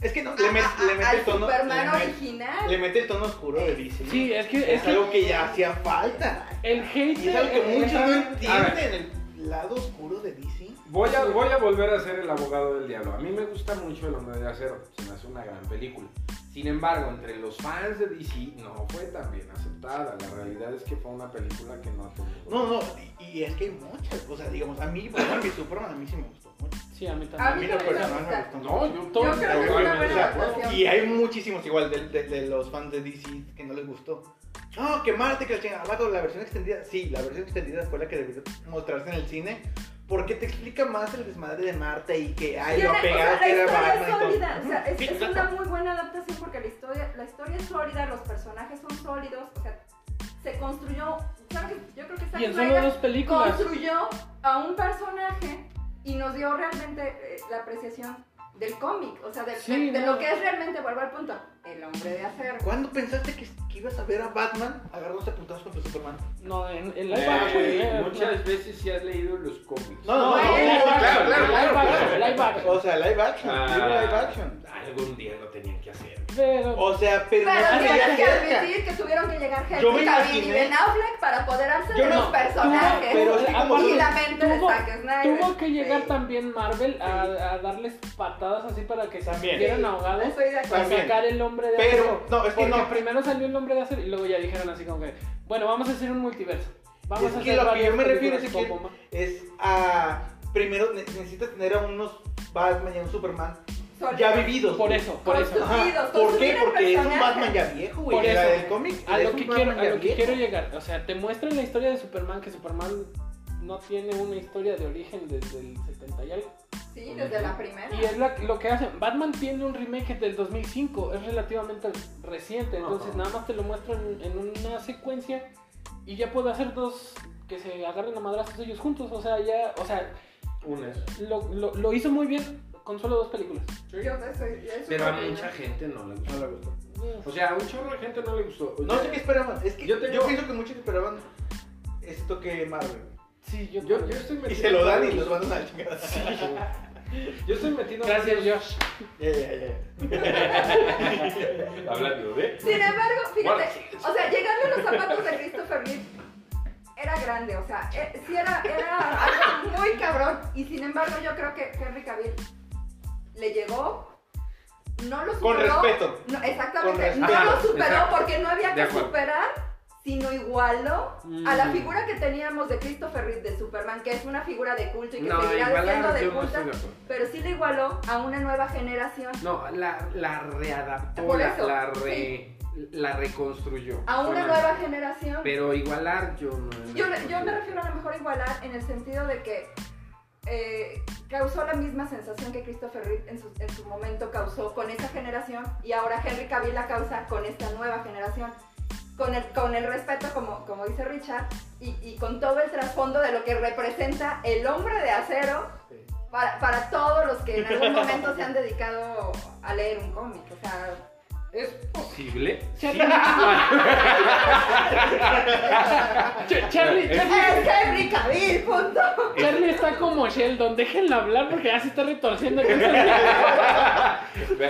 Speaker 1: Es que no, le, met-
Speaker 4: a- a-
Speaker 1: le mete
Speaker 4: al
Speaker 1: el tono.
Speaker 4: Superman
Speaker 1: le, met-
Speaker 4: original.
Speaker 1: le mete el tono oscuro de DC.
Speaker 2: Sí, es que,
Speaker 1: es
Speaker 2: es que
Speaker 1: algo que ya hacía falta.
Speaker 2: el hate.
Speaker 1: Y es algo que
Speaker 2: eh,
Speaker 1: muchos no
Speaker 2: entra-
Speaker 3: a ver.
Speaker 1: entienden. El lado oscuro de DC.
Speaker 3: Voy a, voy a volver a ser el abogado del diablo. A mí me gusta mucho El Hombre de Acero. Se me hace una gran película. Sin embargo, entre los fans de DC no fue tan bien aceptada. La realidad es que fue una película que no ha tenido.
Speaker 1: No, no, y, y es que hay muchas. O sea, digamos, a mí, por ejemplo, mi Superman a mí sí me gustó mucho.
Speaker 2: Sí, a mí
Speaker 1: A
Speaker 4: A
Speaker 2: también.
Speaker 4: mí
Speaker 1: mí lo
Speaker 4: también me
Speaker 1: personal me
Speaker 4: gusta.
Speaker 1: gustó
Speaker 3: No,
Speaker 1: mucho.
Speaker 3: yo
Speaker 4: Yo creo que es una
Speaker 1: O
Speaker 4: buena
Speaker 1: sea,
Speaker 4: adaptación.
Speaker 1: Y hay muchísimos igual de, de- de los fans de DC que no les gustó. No, que Marte, que la chingada. Vato, la versión extendida. Sí, la versión extendida fue la que debió mostrarse en el cine. Porque te explica más el desmadre de Marte y que ay,
Speaker 4: Tiene-
Speaker 1: lo
Speaker 4: o sea,
Speaker 1: apegado
Speaker 4: la
Speaker 1: que era
Speaker 4: historia es
Speaker 1: Batman y todo.
Speaker 4: sólida, o sea, es,
Speaker 1: Sí,
Speaker 4: es
Speaker 1: exacto.
Speaker 4: una muy buena adaptación porque la historia, la historia es sólida, los personajes son sólidos, o sea, se construyó, ¿sabes? yo creo que Zack
Speaker 2: Y en
Speaker 4: Snyder
Speaker 2: solo dos películas.
Speaker 4: construyó a un personaje y nos dio realmente eh, la apreciación del cómic, o sea, del-
Speaker 2: Sí,
Speaker 4: de, de
Speaker 2: no.
Speaker 4: lo que es realmente, vuelvo al punto, el hombre de acero.
Speaker 1: ¿Cuándo pensaste que, que ibas a ver a Batman agarrándose a putazos contra Superman?
Speaker 2: No, en, en live action. eh,
Speaker 3: Eh,
Speaker 2: no.
Speaker 3: muchas veces sí has leído los cómics.
Speaker 1: No, no, no,
Speaker 4: no,
Speaker 2: live
Speaker 4: no,
Speaker 2: action,
Speaker 1: claro, claro,
Speaker 2: live
Speaker 1: claro,
Speaker 2: action,
Speaker 1: claro.
Speaker 2: live action.
Speaker 1: O sea, live action,
Speaker 3: Ah,
Speaker 1: digo live action.
Speaker 3: Algún día lo tenían que hacer.
Speaker 2: Pero-
Speaker 1: O sea, pero,
Speaker 4: Pero
Speaker 1: no se veía
Speaker 4: tienes que
Speaker 1: cerca.
Speaker 4: admitir que tuvieron que llegar
Speaker 1: Yo me
Speaker 4: Henry Cavill y
Speaker 1: imaginé-
Speaker 4: Ben Affleck para apoderarse
Speaker 1: Yo
Speaker 4: de
Speaker 1: no,
Speaker 4: los
Speaker 1: tuvo-
Speaker 4: personajes
Speaker 1: pero sí como-
Speaker 4: y la mente de
Speaker 2: tuvo-
Speaker 4: Zack Snyder.
Speaker 2: Tuvo que llegar
Speaker 4: Sí.
Speaker 2: también Marvel a, a darles patadas así para que se
Speaker 1: También.
Speaker 2: sintieran
Speaker 4: No
Speaker 2: ahogados
Speaker 4: estoy de acuerdo.
Speaker 2: para
Speaker 1: También.
Speaker 2: sacar el hombre de
Speaker 1: Pero,
Speaker 2: acero.
Speaker 1: no, es que
Speaker 2: Porque
Speaker 1: no.
Speaker 2: primero salió el hombre de acero y luego ya dijeron así como que, bueno, vamos a hacer un multiverso. Vamos
Speaker 1: Es
Speaker 2: a
Speaker 1: que
Speaker 2: hacer
Speaker 1: lo que yo
Speaker 2: varias
Speaker 1: me refiero
Speaker 2: películas
Speaker 1: es que-
Speaker 2: con Boma.
Speaker 1: Es a. Primero ne- necesitas tener a unos Batman y a un Superman
Speaker 4: Sólido.
Speaker 1: ya vividos.
Speaker 2: Por
Speaker 1: güey.
Speaker 2: eso, por eso.
Speaker 1: ¿Por qué?
Speaker 4: Constru- Construidos, construir el
Speaker 1: Porque es un
Speaker 4: personaje.
Speaker 1: Batman ya viejo, güey.
Speaker 2: Por
Speaker 1: La
Speaker 2: eso.
Speaker 1: del cómic.
Speaker 2: A
Speaker 1: es
Speaker 2: lo
Speaker 1: un
Speaker 2: que
Speaker 1: Batman
Speaker 2: quiero, a
Speaker 1: ya
Speaker 2: lo que
Speaker 1: viejo.
Speaker 2: quiero llegar, o sea, te muestran la historia de Superman que Superman no tiene una historia de origen desde el 70 y algo.
Speaker 4: Sí, desde la primera.
Speaker 2: Y es la- lo que hacen. Batman tiene un remake del 2005, es relativamente reciente, entonces
Speaker 3: Ajá.
Speaker 2: nada más te lo muestran en una secuencia y ya puedo hacer dos que se agarren a madrazos ellos juntos, o sea, ya, o sea,
Speaker 3: Unas.
Speaker 2: lo, lo- lo hizo muy bien con solo dos películas.
Speaker 4: Yo te soy- yo soy
Speaker 3: Pero a
Speaker 4: superhéroe.
Speaker 3: mucha gente no le
Speaker 1: ¿eh? No
Speaker 3: gustó.
Speaker 1: le gustó.
Speaker 3: O sea, a un chorro de gente no le gustó.
Speaker 1: No sé qué esperaban. Es que
Speaker 3: Yo
Speaker 1: yo,
Speaker 3: tengo-
Speaker 1: pienso que muchos esperaban esto que Marvel.
Speaker 2: Sí, yo,
Speaker 3: Yo, yo estoy metido.
Speaker 1: Y se lo dan y los mandan a la chingada.
Speaker 3: Yo estoy metido.
Speaker 2: Gracias, Josh.
Speaker 1: Ya, ya, ya.
Speaker 3: Hablando de.
Speaker 4: Sin embargo,
Speaker 3: Guarda.
Speaker 4: fíjate, o sea, llegando a los zapatos de Christopher Reeve era grande, o sea, eh, sí era, era algo muy cabrón. Y sin embargo, yo creo que Henry Cavill le llegó, no lo
Speaker 1: Con
Speaker 4: superó.
Speaker 1: respeto.
Speaker 4: No, exactamente,
Speaker 1: Con respeto.
Speaker 4: no lo
Speaker 3: Ajá,
Speaker 4: superó
Speaker 3: exacto.
Speaker 4: porque no había
Speaker 3: De
Speaker 4: que
Speaker 3: acuerdo.
Speaker 4: superar, sino igualó a la
Speaker 3: Mm.
Speaker 4: figura que teníamos de Christopher Reeve de Superman, que es una figura de culto y que
Speaker 3: No,
Speaker 4: seguirá siendo
Speaker 3: igualar
Speaker 4: de
Speaker 3: yo no estoy
Speaker 4: culto,
Speaker 3: de acuerdo.
Speaker 4: pero sí le igualó a una nueva generación.
Speaker 3: No, la, la readaptó,
Speaker 4: Por
Speaker 3: la,
Speaker 4: eso,
Speaker 3: la re, la reconstruyó.
Speaker 4: A una
Speaker 3: Bueno,
Speaker 4: nueva generación.
Speaker 3: Pero igualar yo no.
Speaker 4: Yo, yo me refiero a lo mejor a igualar en el sentido de que eh, causó la misma sensación que Christopher Reeve en su, en su momento causó con esa generación y ahora Henry Cavill la causa con esta nueva generación. Con el, con el respeto, como, como dice Richard, y, y con todo el trasfondo de lo que representa el hombre de acero para, para todos los que en algún momento se han dedicado a leer un cómic. O sea,
Speaker 3: ¿Es posible?
Speaker 2: Sí. Ch-
Speaker 3: Eh,
Speaker 2: Charlie, Charlie,
Speaker 4: ¡Es Henry Cavill, punto!
Speaker 2: Charlie está como Sheldon, déjenla hablar porque ya se está retorciendo. entonces-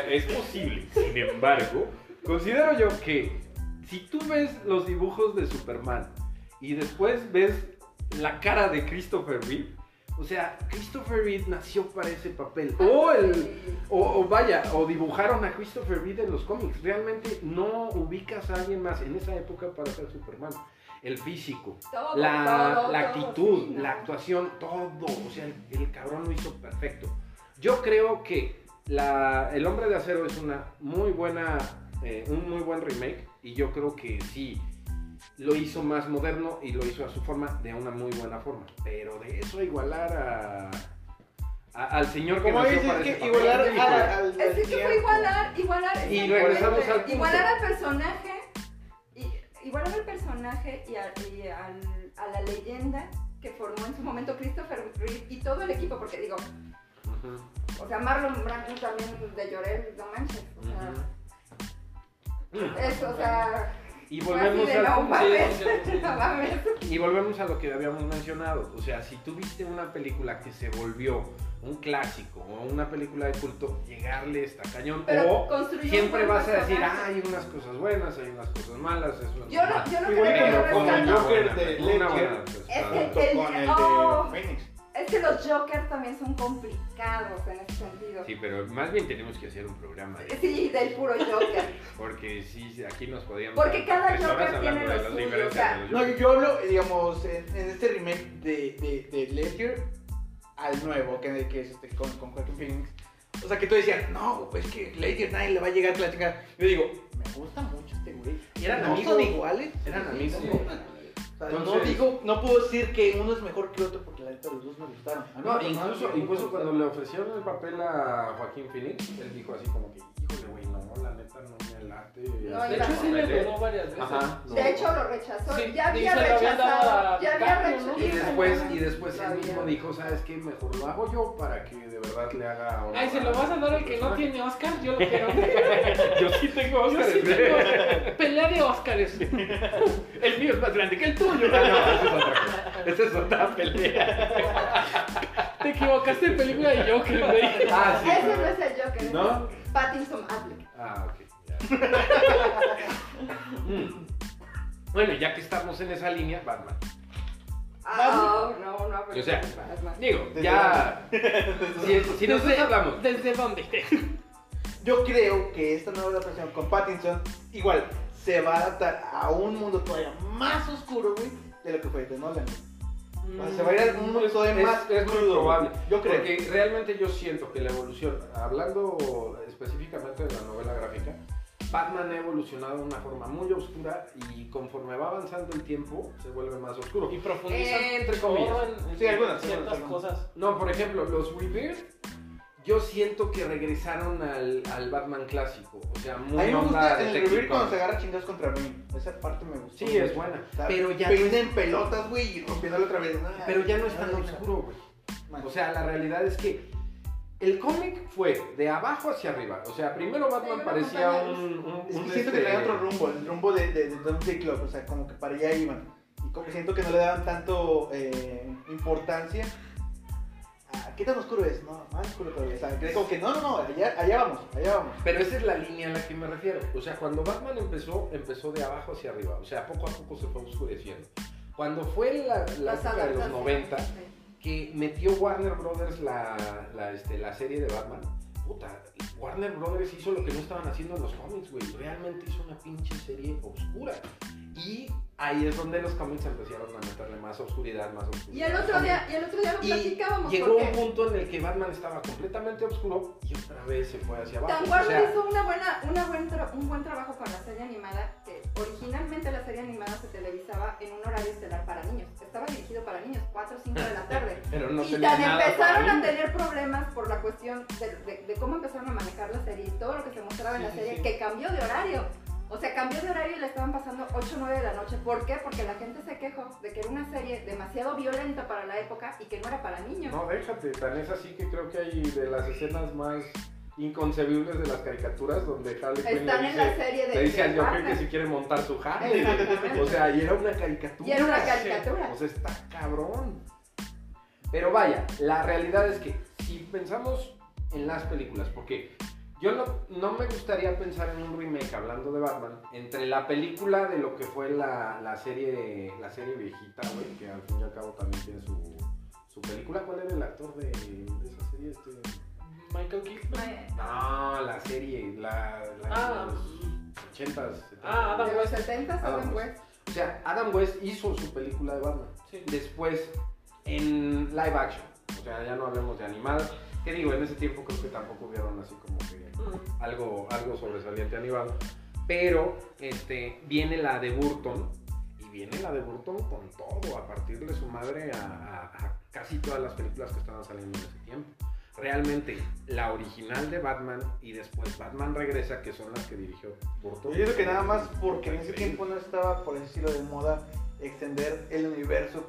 Speaker 3: Es posible, sin embargo, considero yo que si tú ves los dibujos de Superman y después ves la cara de Christopher Reeve, O sea, Christopher Reeve nació para ese papel. O el. O, o vaya, o dibujaron a Christopher Reeve en los cómics. Realmente no ubicas a alguien más en esa época para ser Superman. El físico,
Speaker 4: Todo,
Speaker 3: la,
Speaker 4: todo,
Speaker 3: la
Speaker 4: todo,
Speaker 3: actitud,
Speaker 4: sí, ¿no?
Speaker 3: la actuación, todo. O sea, el, el cabrón lo hizo perfecto. Yo creo que la- El Hombre de Acero es una muy buena, eh, un muy buen remake y yo creo que sí lo hizo más moderno y lo hizo a su forma de una muy buena forma. Pero de eso a igualar a, a- al señor que
Speaker 1: Como
Speaker 3: nació
Speaker 1: dices
Speaker 3: para ese
Speaker 1: que
Speaker 3: papel,
Speaker 1: igualar a-
Speaker 3: es ridículo.
Speaker 1: al. al
Speaker 4: Es que tú
Speaker 1: tiempo.
Speaker 4: fue igualar, igualar,
Speaker 3: Y
Speaker 4: exactamente,
Speaker 3: regresamos al punto.
Speaker 4: igualar al personaje, y, igualar al personaje y, a, y al- a la leyenda que formó en su momento Christopher Reeve y todo el equipo, porque digo,
Speaker 3: Ujú,
Speaker 4: o sea, Marlon Brando también de lloré, no manches, o sea,
Speaker 3: ujú.
Speaker 4: es, o sea,
Speaker 3: Y
Speaker 4: fue así
Speaker 3: volvemos
Speaker 4: de
Speaker 3: al
Speaker 4: no
Speaker 3: punto.
Speaker 4: mames, no mames.
Speaker 3: Y volvemos a lo que habíamos mencionado. O sea, si tú viste una película que se volvió un clásico o una película de culto, llegarle está cañón.
Speaker 4: Pero
Speaker 3: o
Speaker 4: construyó un
Speaker 3: siempre
Speaker 4: buen
Speaker 3: vas a decir, ah,
Speaker 4: personaje.
Speaker 3: hay unas cosas buenas, hay unas cosas malas. Es una
Speaker 4: Yo no, yo no creo
Speaker 1: Igual
Speaker 4: que lo
Speaker 1: que con el
Speaker 4: rescato.
Speaker 1: Joker de
Speaker 3: Una
Speaker 1: Ledger.
Speaker 3: buena, pues,
Speaker 4: Es
Speaker 3: claro.
Speaker 4: que-
Speaker 1: Con el de
Speaker 4: Oh.
Speaker 1: Phoenix.
Speaker 4: Es que los Joker también son complicados en ese sentido.
Speaker 3: Sí, pero más bien tenemos que hacer un programa de
Speaker 4: Sí, del puro Joker.
Speaker 3: Porque sí, aquí nos podíamos.
Speaker 4: Porque
Speaker 3: quedar
Speaker 4: cada
Speaker 3: tres
Speaker 4: Joker
Speaker 3: horas hablando
Speaker 4: tiene
Speaker 3: de
Speaker 4: lo
Speaker 3: las
Speaker 4: suyo,
Speaker 3: diferencias
Speaker 4: o sea,
Speaker 3: de los
Speaker 1: No,
Speaker 3: Jokers.
Speaker 1: yo hablo, digamos, en, en este remake de, de, de Ledger al nuevo, que, que es este, con, con Joaquin Phoenix. O sea, que tú decías, no, pues que Ledger nadie le va a llegar a la chingada. Yo digo, me gusta mucho este güey.
Speaker 3: Y eran
Speaker 1: no
Speaker 3: amigos.
Speaker 1: son iguales.
Speaker 3: Eran
Speaker 1: Sí,
Speaker 3: amigos.
Speaker 1: no, no. O sea, no
Speaker 3: Entonces-
Speaker 1: digo, no puedo decir que uno es mejor que otro porque la neta los dos me gustaron. A mí
Speaker 3: No,
Speaker 1: personalmente
Speaker 3: incluso,
Speaker 1: me
Speaker 3: incluso
Speaker 1: gustaron.
Speaker 3: cuando le ofrecieron el papel a Joaquín Phoenix, él dijo así como que, híjole, güey, no, la neta no me late.
Speaker 4: No,
Speaker 2: De hecho, sí le dudó varias veces.
Speaker 3: Ajá. no.
Speaker 4: De hecho, lo rechazó.
Speaker 2: Sí,
Speaker 4: ya había
Speaker 2: se lo habían dado
Speaker 4: rechazado.
Speaker 2: a
Speaker 4: Ya había
Speaker 2: Caprio, ¿no?
Speaker 4: rechazado.
Speaker 3: Y después, y después
Speaker 4: Ya
Speaker 3: él mismo
Speaker 4: había.
Speaker 3: dijo, ¿sabes qué? Mejor lo hago yo para que de verdad le haga... honor
Speaker 2: Ay, si lo vas a dar al que no tiene Oscar, yo lo quiero.
Speaker 3: Yo sí tengo
Speaker 2: Yo sí tengo pelea de Oscars.
Speaker 3: El mío es más grande que el tuyo. No, esa es otra cosa. Esa es otra pelea.
Speaker 2: Te equivocaste de película de Joker, güey.
Speaker 3: Ah, sí.
Speaker 4: Ese no
Speaker 3: pero-
Speaker 4: es el Joker. ese
Speaker 3: ¿No?
Speaker 4: es Pattinson Affleck.
Speaker 3: Ah, ok. ya. Mm. Bueno, ya que estamos en esa línea, Batman.
Speaker 4: Ah, no, no, no. pero
Speaker 3: O sea,
Speaker 4: es más.
Speaker 3: Digo, ya. Si, si nosotros hablamos.
Speaker 2: ¿Desde dónde?
Speaker 1: Yo creo que esta nueva adaptación con Pattinson, igual, se va a adaptar a un mundo todavía más oscuro, güey, de lo que fue de Nolan. O sea, Pues, se va a ir a un mundo todavía más
Speaker 3: Mm, es muy
Speaker 1: crudo,
Speaker 3: probable.
Speaker 1: güey. Yo creo.
Speaker 3: Porque realmente yo siento que la evolución, hablando específicamente de la novela gráfica, Batman ha evolucionado de una forma muy oscura y conforme va avanzando el tiempo se vuelve más oscuro.
Speaker 2: Y profundizas
Speaker 3: Entre comillas.
Speaker 2: todo en- en
Speaker 1: Sí, algunas,
Speaker 2: Eh, ciertas
Speaker 1: algunas,
Speaker 2: cosas.
Speaker 3: No, por ejemplo, los Rebirth, yo siento que regresaron al, al Batman clásico. O sea, muy
Speaker 1: A mí me
Speaker 3: onda
Speaker 1: gusta el
Speaker 3: Detective
Speaker 1: revivir cuando se
Speaker 3: Comics.
Speaker 1: agarra chingados contra mí. Esa parte me gusta.
Speaker 3: Sí, es buena. Pero ya, no,
Speaker 1: Peinen pelotas, güey, y rompiéndole otra vez. Ah,
Speaker 3: pero ya no es tan
Speaker 1: ah,
Speaker 3: oscuro, güey.
Speaker 1: man.
Speaker 3: O sea, la realidad es que el cómic fue de abajo hacia arriba. O sea, primero Batman
Speaker 4: Sí,
Speaker 3: parecía
Speaker 4: una
Speaker 3: un, un-
Speaker 1: es que
Speaker 3: un,
Speaker 1: siento que
Speaker 3: este,
Speaker 1: traía otro rumbo, el rumbo de, de, de Don't Take Love, o sea, como que para allá iban. Y como que siento que no le daban tanto eh, importancia. a ¿Qué tan oscuro es? No, más oscuro todavía. O sea, que es como que no, no, no, allá, allá vamos, allá vamos.
Speaker 3: Pero esa es la línea a la que me refiero. O sea, cuando Batman empezó, empezó de abajo hacia arriba. O sea, poco a poco se fue oscureciendo. Cuando fue la, la
Speaker 4: Las
Speaker 3: época de los
Speaker 4: adaptaciones,
Speaker 3: 90,
Speaker 4: sí.
Speaker 3: que metió Warner Brothers la, la, este, la serie de Batman, puta, Warner Brothers hizo lo que no estaban haciendo en los cómics, güey. Realmente hizo una pinche serie oscura. Y ahí es donde los cómics empezaron a meterle más oscuridad, más oscuridad.
Speaker 4: Y el otro día, y el otro día lo
Speaker 3: Y
Speaker 4: platicábamos
Speaker 3: llegó un
Speaker 4: porque
Speaker 3: punto en el que Batman estaba completamente oscuro y otra vez se fue hacia abajo.
Speaker 4: Dan
Speaker 3: O
Speaker 4: Warner
Speaker 3: sea,
Speaker 4: hizo una buena, una buen tra- un buen trabajo con la serie animada, que originalmente la serie animada se televisaba en un horario estelar para niños. Estaba dirigido para niños, 4 o 5 de la tarde.
Speaker 3: pero no
Speaker 4: y
Speaker 3: tenía
Speaker 4: tan
Speaker 3: nada
Speaker 4: empezaron
Speaker 3: para
Speaker 4: a
Speaker 3: mí.
Speaker 4: tener problemas por la cuestión de, de- de cómo empezaron a manejar la serie y todo lo que se mostraba en
Speaker 2: Sí,
Speaker 4: la
Speaker 2: sí,
Speaker 4: serie,
Speaker 2: sí.
Speaker 4: que cambió de horario. O sea, cambió de horario y la estaban pasando 8 o 9 de la noche. ¿Por qué? Porque la gente se quejó de que era una serie demasiado violenta para la época y que no era para niños.
Speaker 3: No, déjate, tan es así que creo que hay de las escenas más inconcebibles de las caricaturas donde Harley Quinn le
Speaker 4: Están en
Speaker 3: pues, dice,
Speaker 4: la serie de...
Speaker 3: le dice al
Speaker 4: de
Speaker 3: Joker que
Speaker 4: Batman.
Speaker 3: si quiere montar su Harley. güey.
Speaker 4: Exactamente.
Speaker 3: O sea, y era una caricatura.
Speaker 4: Y era una caricatura.
Speaker 3: O sea, está cabrón. Pero vaya, la realidad es que si pensamos en las películas, porque yo no, no me gustaría pensar en un remake hablando de Batman entre la película de lo que fue la, la serie la serie viejita, güey, que al fin y al cabo también tiene su, ¿Su película cuál era el actor de, de esa serie? Este...
Speaker 2: Michael Keaton.
Speaker 3: No, Ah, la serie, la, la
Speaker 2: Ah.
Speaker 3: de los 80s.
Speaker 2: Ah, Adam
Speaker 4: De los 70
Speaker 3: Adam
Speaker 4: Adam
Speaker 3: West.
Speaker 4: West.
Speaker 3: O sea, Adam West hizo su película de Batman.
Speaker 2: Sí.
Speaker 3: Después, en live action. O sea, ya no hablemos de animal. Que digo, en ese tiempo creo que tampoco hubieron así como que
Speaker 2: Mm.
Speaker 3: algo, algo sobresaliente animado. Pero este, viene la de Burton. Y viene la de Burton con todo, a partirle su madre a, a- a casi todas las películas que estaban saliendo en ese tiempo. Realmente, la original de Batman y después Batman Regresa, que son las que dirigió Burton.
Speaker 1: Yo digo que nada más porque en ese
Speaker 3: Increíble.
Speaker 1: tiempo no estaba, por así decirlo, de moda extender el universo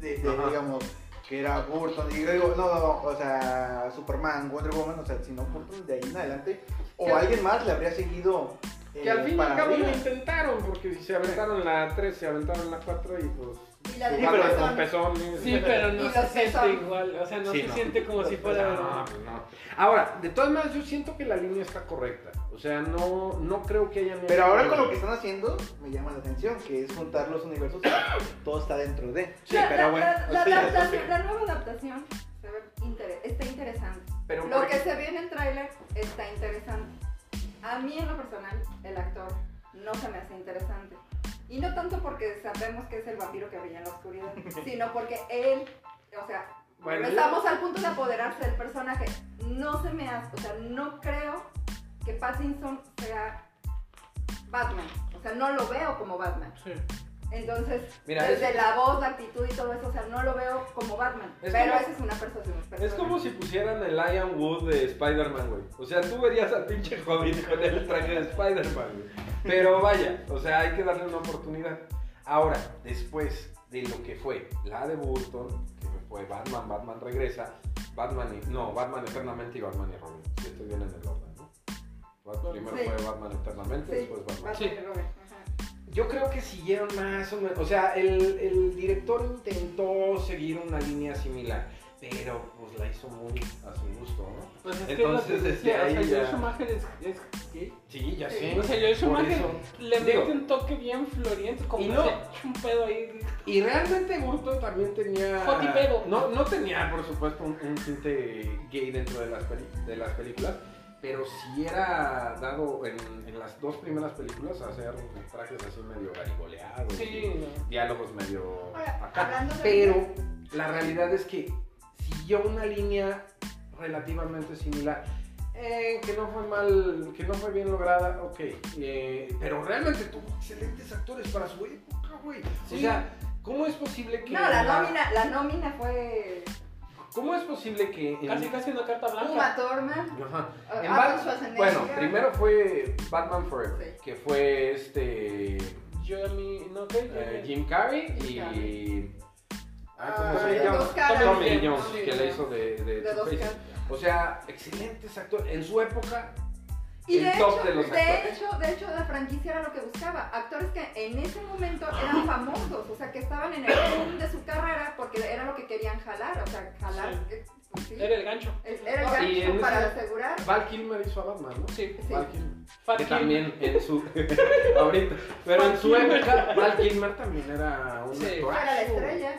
Speaker 1: de, de,
Speaker 3: Ajá.
Speaker 1: digamos, que era Burton. Y yo digo, no, no, o sea, Superman, Wonder Woman, o sea, si no Burton de ahí en adelante, o
Speaker 3: Que-
Speaker 1: alguien más le habría seguido. eh,
Speaker 3: Que al fin y
Speaker 1: para
Speaker 3: al cabo lo
Speaker 1: arriba.
Speaker 3: intentaron, porque se aventaron la 3, se aventaron la 4 y pues.
Speaker 4: Y la de
Speaker 1: Sí, pero-
Speaker 3: jugaban
Speaker 4: Batman.
Speaker 3: con pezones.
Speaker 2: Sí, pero
Speaker 4: Y
Speaker 2: no
Speaker 4: los
Speaker 2: se
Speaker 4: son-
Speaker 2: siente igual. O sea, no
Speaker 3: Sí,
Speaker 2: se
Speaker 3: no.
Speaker 2: siente como si fuera.
Speaker 3: No, pues no. Ahora, de todas maneras, yo siento que la línea está correcta. O sea, no, no creo que hayan.
Speaker 1: Pero ahora con lo que están haciendo, me llama la atención, que es juntar los universos, todo está dentro de.
Speaker 3: Sí,
Speaker 4: La-
Speaker 3: pero
Speaker 4: la-
Speaker 3: bueno.
Speaker 4: la- la-
Speaker 1: sí,
Speaker 4: la-
Speaker 1: eso
Speaker 4: la-
Speaker 1: sí.
Speaker 4: la nueva adaptación se ve inter- está interesante.
Speaker 3: Pero
Speaker 4: Lo
Speaker 3: por-
Speaker 4: que se ve en el tráiler está interesante. A mí en lo personal, el actor no se me hace interesante. Y no tanto porque sabemos que es el vampiro que brilla en la oscuridad, sino porque él, o sea,
Speaker 3: Bueno,
Speaker 4: estamos al punto de apoderarse del personaje. No se me hace, o sea, no creo que Pattinson sea Batman. O sea, no lo veo como Batman.
Speaker 2: Sí.
Speaker 4: Entonces,
Speaker 3: Mira,
Speaker 4: desde
Speaker 3: es-
Speaker 4: la voz, la actitud y todo eso, o sea, no lo veo como Batman.
Speaker 3: Es
Speaker 4: pero
Speaker 3: como-
Speaker 4: esa es una percepción.
Speaker 3: Es
Speaker 4: personal.
Speaker 3: como si pusieran el Lion Wood de Spider-Man, güey. O sea, tú verías al pinche Hobbit con el traje de Spider-Man, güey. Pero vaya, o sea, hay que darle una oportunidad. Ahora, después de lo que fue la de Burton, que fue Batman, Batman regresa, Batman y... No, Batman eternamente y Batman y Robin. Si estoy bien en el orden, ¿no? Bat- Primero
Speaker 4: Sí.
Speaker 3: fue Batman eternamente,
Speaker 4: Sí,
Speaker 3: después Batman.
Speaker 4: Batman
Speaker 2: Sí.
Speaker 4: y Robin, ajá.
Speaker 3: Yo creo que siguieron más o menos. O sea, el, el director intentó seguir una línea similar, pero pues la hizo muy a su gusto, ¿no?
Speaker 2: Pues es que
Speaker 3: Entonces,
Speaker 2: es lo que
Speaker 3: desde
Speaker 2: decía,
Speaker 3: ahí
Speaker 2: o sea, Joel
Speaker 3: ya-
Speaker 2: Schumacher es, es gay.
Speaker 3: Sí, ya
Speaker 4: sé.
Speaker 2: O sea, Joel Schumacher le
Speaker 3: Digo-
Speaker 2: mete un toque bien floriento, como
Speaker 3: Y
Speaker 2: que
Speaker 3: no-
Speaker 2: se echa un pedo ahí.
Speaker 3: Y realmente Burton también tenía.
Speaker 2: Hot y pedo.
Speaker 3: No, no tenía, por supuesto, un, un tinte gay dentro de las, peli- de las películas, pero sí era dado en, en las dos primeras películas a hacer trajes así medio garigoleados.
Speaker 2: Sí,
Speaker 3: y Diálogos medio.
Speaker 4: Ahora,
Speaker 3: acá.
Speaker 4: hablando de
Speaker 3: Pero la realidad es que siguió una línea relativamente similar. eh, que no fue mal, que no fue bien lograda, ok. eh, pero realmente tuvo excelentes actores para su época, güey. O
Speaker 2: Sí.
Speaker 3: sea, ¿cómo es posible que.
Speaker 4: No, la nómina, la nómina fue
Speaker 3: ¿Cómo es posible que. en-
Speaker 2: casi casi una carta blanca.
Speaker 4: Uma Thurman,
Speaker 3: Ajá.
Speaker 4: eh,
Speaker 3: En
Speaker 4: Arnold
Speaker 3: Bat-
Speaker 4: Schwarzenegger.
Speaker 3: Bueno, primero fue Batman Forever,
Speaker 4: Sí.
Speaker 3: que fue este.
Speaker 2: Yo a mí, no, ok,
Speaker 3: eh,
Speaker 2: yo-
Speaker 3: Jim Carrey
Speaker 4: Jim
Speaker 3: y. Ah,
Speaker 1: Ah,
Speaker 3: ¿cómo se
Speaker 1: de
Speaker 3: llama?
Speaker 4: dos caras.
Speaker 3: Tommy
Speaker 2: Sí,
Speaker 3: Jones,
Speaker 2: sí,
Speaker 3: que le
Speaker 2: sí.
Speaker 3: hizo de, de,
Speaker 4: de
Speaker 3: Two
Speaker 4: dos
Speaker 3: Faces.
Speaker 4: caras.
Speaker 3: O sea, excelentes actores. En su época,
Speaker 4: Y
Speaker 3: el
Speaker 4: de
Speaker 3: top
Speaker 4: hecho,
Speaker 3: de los actores.
Speaker 4: hecho, de hecho, la franquicia era lo que buscaba. Actores que en ese momento eran famosos, o sea, que estaban en el boom de su carrera porque era lo que querían jalar, o sea, jalar.
Speaker 2: Sí.
Speaker 4: eh, pues sí.
Speaker 2: Era el gancho.
Speaker 4: Es- Era el
Speaker 3: Ah, y en
Speaker 4: gancho para
Speaker 3: ese-
Speaker 4: asegurar.
Speaker 3: Val Kilmer hizo a Batman, ¿no?
Speaker 2: Sí.
Speaker 4: Sí.
Speaker 3: Val Kilmer.
Speaker 2: Fat
Speaker 3: Que
Speaker 2: Kid.
Speaker 3: también en su. ahorita. Pero en su
Speaker 2: Val Kilmer.
Speaker 3: época, Val Kilmer también era un
Speaker 2: Sí.
Speaker 4: Era la
Speaker 3: actorazo.
Speaker 4: estrella.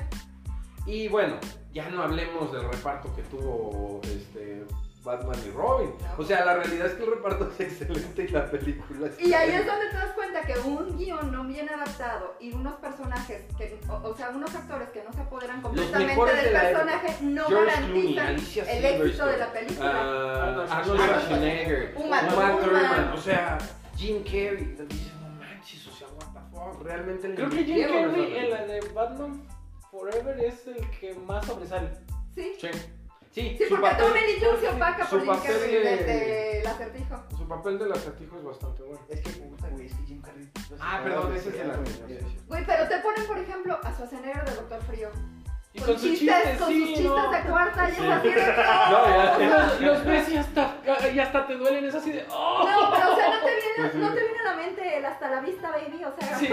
Speaker 3: Y bueno, ya no hablemos del reparto que tuvo este. Batman y Robin. O sea, la realidad es que el reparto es excelente y la película es
Speaker 4: Y ahí es donde te das cuenta que un guión no bien adaptado y unos personajes, que, o, o sea, unos actores que no se apoderan completamente
Speaker 3: mejores
Speaker 4: del
Speaker 3: de la época.
Speaker 4: personaje no
Speaker 3: George Clooney,
Speaker 4: garantizan
Speaker 3: Alicia
Speaker 4: el éxito
Speaker 3: Silverstone,
Speaker 4: de la película.
Speaker 3: ah, Arnold
Speaker 2: Arnold
Speaker 3: Schwarzenegger,
Speaker 4: Uma Thurman.
Speaker 3: o sea, Jim Carrey. Dices, no manches, o sea, what the fuck, realmente le
Speaker 2: Creo que Jim
Speaker 3: metieron esa
Speaker 2: Carrey en
Speaker 3: película.
Speaker 2: la de Batman Forever es el que más sobresale.
Speaker 4: sí,
Speaker 3: Sí, sí,
Speaker 4: sí
Speaker 3: su,
Speaker 4: porque
Speaker 3: papel,
Speaker 4: Tommy Lee Jones se opaca
Speaker 3: su
Speaker 4: por Jim
Speaker 3: papel
Speaker 4: Carrey
Speaker 3: de-
Speaker 4: desde el acertijo.
Speaker 3: su papel del acertijo es bastante bueno.
Speaker 1: Es que puta, güey, es que Jim Carrey.
Speaker 3: Ah, perdón, ese es el acertijo. sí, sí.
Speaker 4: Güey, pero te ponen, por ejemplo, a Schwarzenegger de Doctor Frío.
Speaker 2: Y con, sus chistes,
Speaker 4: con
Speaker 2: sí,
Speaker 4: sus
Speaker 2: ¿no?
Speaker 4: chistes de cuarta, y es así de...
Speaker 3: No, ya sé.
Speaker 2: Los, los ves y hasta, y hasta te duelen, es así de. ¡Oh!
Speaker 4: No, pero o sea, no te viene, no te viene a la mente el hasta la vista, baby, o sea...
Speaker 2: Sí.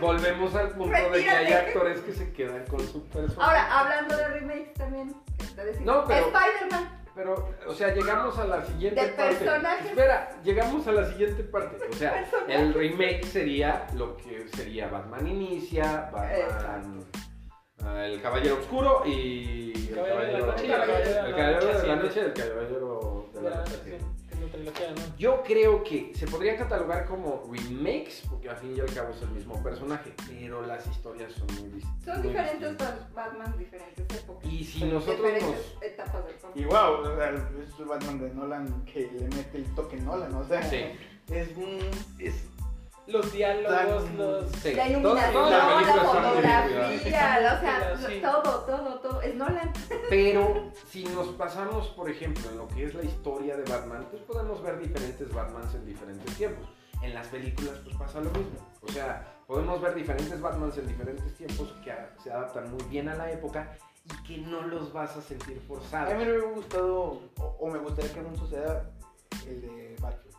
Speaker 3: Volvemos al punto de que hay
Speaker 4: Retírate.
Speaker 3: actores que se quedan con su personaje.
Speaker 4: Ahora, hablando de remakes también, que te decía,
Speaker 3: No, pero-
Speaker 4: Spider-Man.
Speaker 3: Pero, o sea, llegamos a la siguiente
Speaker 4: De
Speaker 3: parte.
Speaker 4: personajes.
Speaker 3: Espera, llegamos a la siguiente parte. O sea,
Speaker 4: Personajes.
Speaker 3: el remake sería lo que sería Batman Inicia, Batman. Ah, El Caballero Oscuro y. El
Speaker 2: Caballero de la Noche y el
Speaker 3: El Caballero de la Noche y el
Speaker 2: Asciende.
Speaker 3: Caballero de la
Speaker 2: Ya,
Speaker 3: Noche.
Speaker 2: sí,
Speaker 3: Asciende.
Speaker 2: en la trilogía, ¿no?
Speaker 3: Yo creo que se podría catalogar como remakes, porque al fin y al cabo es el mismo personaje, pero las historias son muy distintas.
Speaker 4: Son
Speaker 3: muy
Speaker 4: diferentes
Speaker 3: distintas.
Speaker 4: Bat- Batman, diferentes épocas.
Speaker 3: Y si pues, nosotros
Speaker 4: diferentes
Speaker 3: nos...
Speaker 4: etapas del cómic.
Speaker 1: Y wow, o sea, es Batman de Nolan que le mete el toque Nolan, o sea,
Speaker 3: Sí,
Speaker 1: es un... Es,
Speaker 2: Los diálogos,
Speaker 1: Tan-
Speaker 2: los...
Speaker 3: sí.
Speaker 4: La
Speaker 3: Todas-
Speaker 4: iluminación,
Speaker 3: todas
Speaker 1: la
Speaker 3: las
Speaker 4: la,
Speaker 3: películas son muy
Speaker 2: muy
Speaker 4: fotografía,
Speaker 2: cuidadas.
Speaker 4: o sea,
Speaker 2: Sí.
Speaker 4: todo, todo, todo. Es Nolan.
Speaker 3: Pero si nos pasamos, por ejemplo, en lo que es la historia de Batman, pues podemos ver diferentes Batmans en diferentes tiempos. En las películas, pues pasa lo mismo. O sea, podemos ver diferentes Batmans en diferentes tiempos que a- se adaptan muy bien a la época y que no los vas a sentir
Speaker 1: a mí
Speaker 3: forzados.
Speaker 1: me hubiera gustado, o, o me gustaría que aún suceda el de Batman,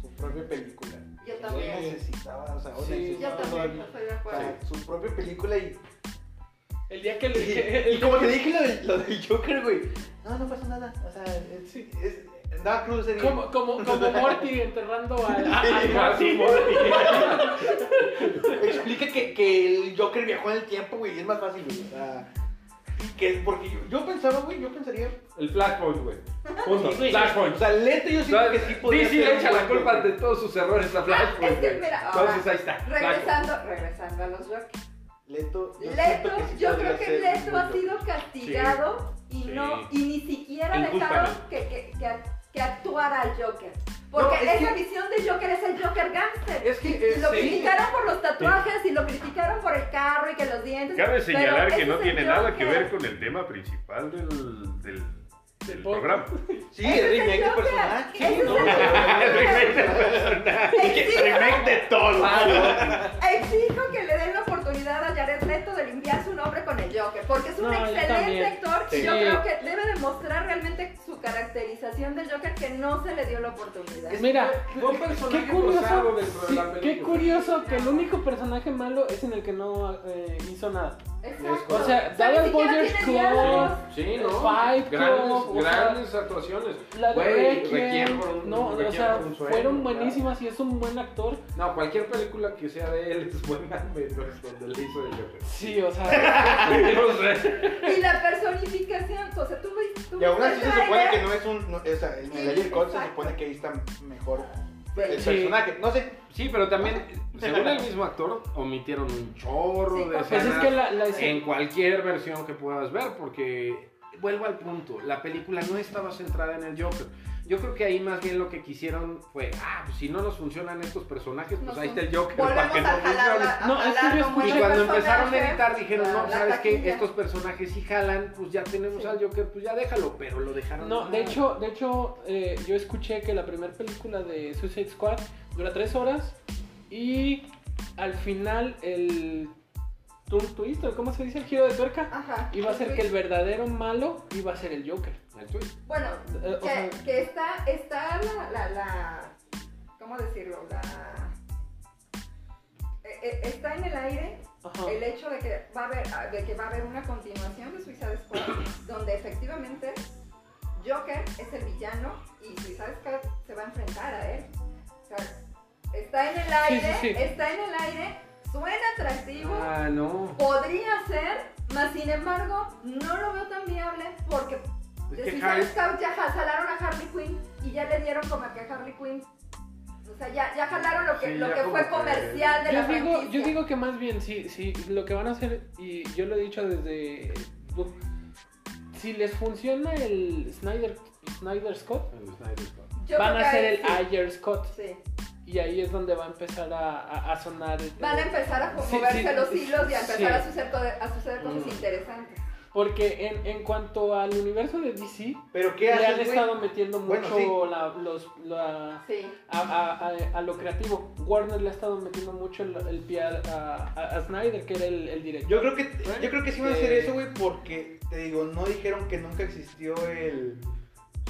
Speaker 1: su propia película.
Speaker 4: Yo
Speaker 1: Yo
Speaker 4: también.
Speaker 1: necesitaba, o sea,
Speaker 3: Sí.
Speaker 4: Yo
Speaker 1: necesitaba
Speaker 4: también,
Speaker 1: todavía,
Speaker 4: estoy de
Speaker 1: o
Speaker 4: acuerdo.
Speaker 1: sea, su propia película y
Speaker 2: El día que le
Speaker 1: Y,
Speaker 2: dije...
Speaker 1: y como te dije lo del, lo del Joker, güey. No, no pasa nada. O sea, es.
Speaker 2: Sí.
Speaker 1: es andaba Cruz en
Speaker 2: Como, como, como Morty enterrando al... a- al Morty.
Speaker 1: Explica que, que el Joker viajó en el tiempo, güey. y Es más fácil, güey. O sea. y Que es porque yo, yo pensaba, güey, yo pensaría.
Speaker 3: El Flashpoint, güey. Punto.
Speaker 2: Sí, güey.
Speaker 3: Flashpoint.
Speaker 1: O sea, Leto yo siento que sí podía.
Speaker 3: DC
Speaker 1: ser
Speaker 3: le
Speaker 1: un
Speaker 3: echa la
Speaker 1: buen
Speaker 3: culpa
Speaker 1: Joker.
Speaker 3: de todos sus errores a Flashpoint.
Speaker 4: Es que,
Speaker 3: güey.
Speaker 4: mira, ahora,
Speaker 3: Entonces ahí está. Flashpoint.
Speaker 4: Regresando, regresando a los Joker.
Speaker 1: Leto. yo siento
Speaker 4: Leto,
Speaker 1: sí
Speaker 4: yo
Speaker 1: podría
Speaker 4: creo que
Speaker 1: ser
Speaker 4: Leto
Speaker 1: un
Speaker 4: ha
Speaker 1: buen
Speaker 4: sido castigado y
Speaker 3: Sí.
Speaker 4: no, y ni siquiera
Speaker 3: Incúlpame.
Speaker 4: dejaron que, que, que, que actuara al Joker. Porque
Speaker 1: No, es
Speaker 4: esa
Speaker 1: que-
Speaker 4: visión de Joker es el Joker gangster.
Speaker 3: Es que, eh,
Speaker 4: lo
Speaker 3: sí.
Speaker 4: criticaron por los tatuajes y lo criticaron por el carro y que los dientes.
Speaker 5: Cabe
Speaker 4: pero
Speaker 5: señalar
Speaker 4: ese
Speaker 5: que no
Speaker 4: es el
Speaker 5: tiene nada que
Speaker 4: Joker.
Speaker 5: ver con el tema principal del, del, del
Speaker 2: podcast.
Speaker 5: programa.
Speaker 1: Joker. Sí, el remake de
Speaker 4: Joker.
Speaker 1: personaje.
Speaker 4: Ese es
Speaker 1: ¿no?
Speaker 4: el
Speaker 3: Ah,
Speaker 4: Joker. Exijo,
Speaker 5: Remake de todo.
Speaker 3: Ah,
Speaker 4: exijo que le den la oportunidad a Jared Leto de limpiar su nombre con el Joker, porque es un
Speaker 2: No, yo
Speaker 4: excelente
Speaker 2: también.
Speaker 4: actor y
Speaker 2: Sí.
Speaker 4: yo creo que debe demostrar realmente su caracterización del Joker que no se le dio la oportunidad.
Speaker 2: Mira,
Speaker 3: Fue un personaje
Speaker 2: qué curioso,
Speaker 3: forzado dentro de
Speaker 2: sí,
Speaker 3: la
Speaker 2: qué
Speaker 3: película.
Speaker 2: curioso que el único personaje malo es en el que no eh, hizo nada.
Speaker 4: Exacto.
Speaker 2: O sea,
Speaker 4: ni
Speaker 2: Dallas
Speaker 4: siquiera
Speaker 2: Buyers
Speaker 4: tiene
Speaker 2: Club,
Speaker 4: diálogos.
Speaker 3: Sí, ¿no?
Speaker 2: Fight
Speaker 3: grandes
Speaker 2: Club, o
Speaker 3: grandes actuaciones.
Speaker 2: La de
Speaker 3: Güey,
Speaker 2: Requiem,
Speaker 3: Requiem por un-
Speaker 2: no,
Speaker 3: Requiem
Speaker 2: o sea,
Speaker 3: por un sueño,
Speaker 2: fueron
Speaker 3: claro.
Speaker 2: buenísimas y es un buen actor.
Speaker 3: No, cualquier película que sea de él es buena, menos cuando le hizo de Joker.
Speaker 2: Sí, o sea,
Speaker 3: No sé.
Speaker 4: Y la personificación, o sea, tú ves. tú
Speaker 1: Y aún
Speaker 4: ves
Speaker 1: así
Speaker 4: el
Speaker 1: se supone
Speaker 4: tráiler,
Speaker 1: que no es un. no- o sea, en el Ayer Code se
Speaker 4: Exacto.
Speaker 1: supone que ahí está mejor el
Speaker 2: Sí.
Speaker 1: personaje. No sé.
Speaker 3: Sí, pero también, según el mismo actor, omitieron un chorro
Speaker 4: Sí,
Speaker 3: de
Speaker 4: pues
Speaker 2: pues es
Speaker 3: escenas
Speaker 2: que la, la escena-
Speaker 3: en cualquier versión que puedas ver, porque vuelvo al punto, la película no estaba centrada en el Joker. Yo creo que ahí más bien lo que quisieron fue, ah, pues si no nos funcionan estos personajes, pues
Speaker 4: No
Speaker 3: ahí
Speaker 4: son-
Speaker 3: está el Joker para
Speaker 4: Volvemos
Speaker 3: que
Speaker 4: a
Speaker 3: no
Speaker 4: jalar,
Speaker 3: funcione.
Speaker 4: la- a
Speaker 2: No, es que
Speaker 4: jalar
Speaker 2: yo
Speaker 4: como
Speaker 3: Y
Speaker 4: el
Speaker 2: escuché-
Speaker 3: cuando
Speaker 4: personaje,
Speaker 3: empezaron a editar dijeron,
Speaker 4: la-
Speaker 3: no,
Speaker 2: pues,
Speaker 4: la
Speaker 3: ¿sabes qué?
Speaker 4: taquilla.
Speaker 3: Estos personajes sí jalan, pues ya tenemos
Speaker 4: Sí.
Speaker 3: al Joker, pues ya déjalo, pero lo dejaron.
Speaker 2: No,
Speaker 3: mal.
Speaker 2: de hecho, de hecho eh, yo escuché que la primera película de Suicide Squad dura tres horas y al final el turn twist, o ¿cómo se dice? El giro de tuerca,
Speaker 4: Ajá.
Speaker 2: iba a ser que el verdadero malo iba a ser el Joker.
Speaker 3: El tweet.
Speaker 4: Bueno,
Speaker 2: Eh, o sea-
Speaker 4: que, que está, está la, la, la- ¿Cómo decirlo? La. e- e- Está en el aire
Speaker 2: Ajá.
Speaker 4: el hecho de que va a haber, de que va a haber una continuación de Suicide Squad, donde efectivamente Joker es el villano y Suicide Squad se va a enfrentar a él. O sea, está en el aire,
Speaker 2: sí, sí.
Speaker 4: está en el aire, suena atractivo,
Speaker 3: Ah, no.
Speaker 4: podría ser, mas sin embargo no lo veo tan viable porque
Speaker 3: Es
Speaker 4: si
Speaker 3: que
Speaker 4: Harry...
Speaker 3: Harry-
Speaker 4: ya ja- jalaron a Harley Quinn y ya le dieron como que a Harley Quinn. O sea, ya, ya jalaron lo que,
Speaker 3: Sí,
Speaker 4: lo
Speaker 3: ya
Speaker 4: que
Speaker 3: como
Speaker 4: fue
Speaker 3: que-
Speaker 4: comercial de
Speaker 2: yo
Speaker 4: la
Speaker 2: digo,
Speaker 4: franquicia.
Speaker 2: yo digo que más bien, si, si lo que van a hacer, y yo lo he dicho desde... Si les funciona el Snyder, Snyder Scott,
Speaker 3: El Snyder Scott.
Speaker 4: Yo
Speaker 2: van a
Speaker 4: creo que
Speaker 2: hacer
Speaker 4: ahí
Speaker 2: el Ayer Scott.
Speaker 4: sí, sí.
Speaker 2: Y ahí es donde va a empezar a, a- a sonar. el-
Speaker 4: Van a empezar a
Speaker 2: Sí,
Speaker 4: moverse
Speaker 2: sí,
Speaker 4: los hilos y a empezar
Speaker 2: sí.
Speaker 4: a, suceder, co- a suceder cosas
Speaker 3: Mm.
Speaker 4: interesantes.
Speaker 2: Porque en, en cuanto al universo de DC,
Speaker 1: Pero qué
Speaker 2: le
Speaker 1: haces,
Speaker 2: han
Speaker 1: güey?
Speaker 2: estado metiendo
Speaker 1: Bueno,
Speaker 2: mucho la- los, la-
Speaker 4: Sí.
Speaker 2: a, a- a- a lo creativo. Warner le ha estado metiendo mucho el, el pie a, a- a Snyder, que era el, el director.
Speaker 1: Yo creo que yo creo que sí van a hacer
Speaker 2: Eh.
Speaker 1: eso, güey, porque te digo, no dijeron que nunca existió el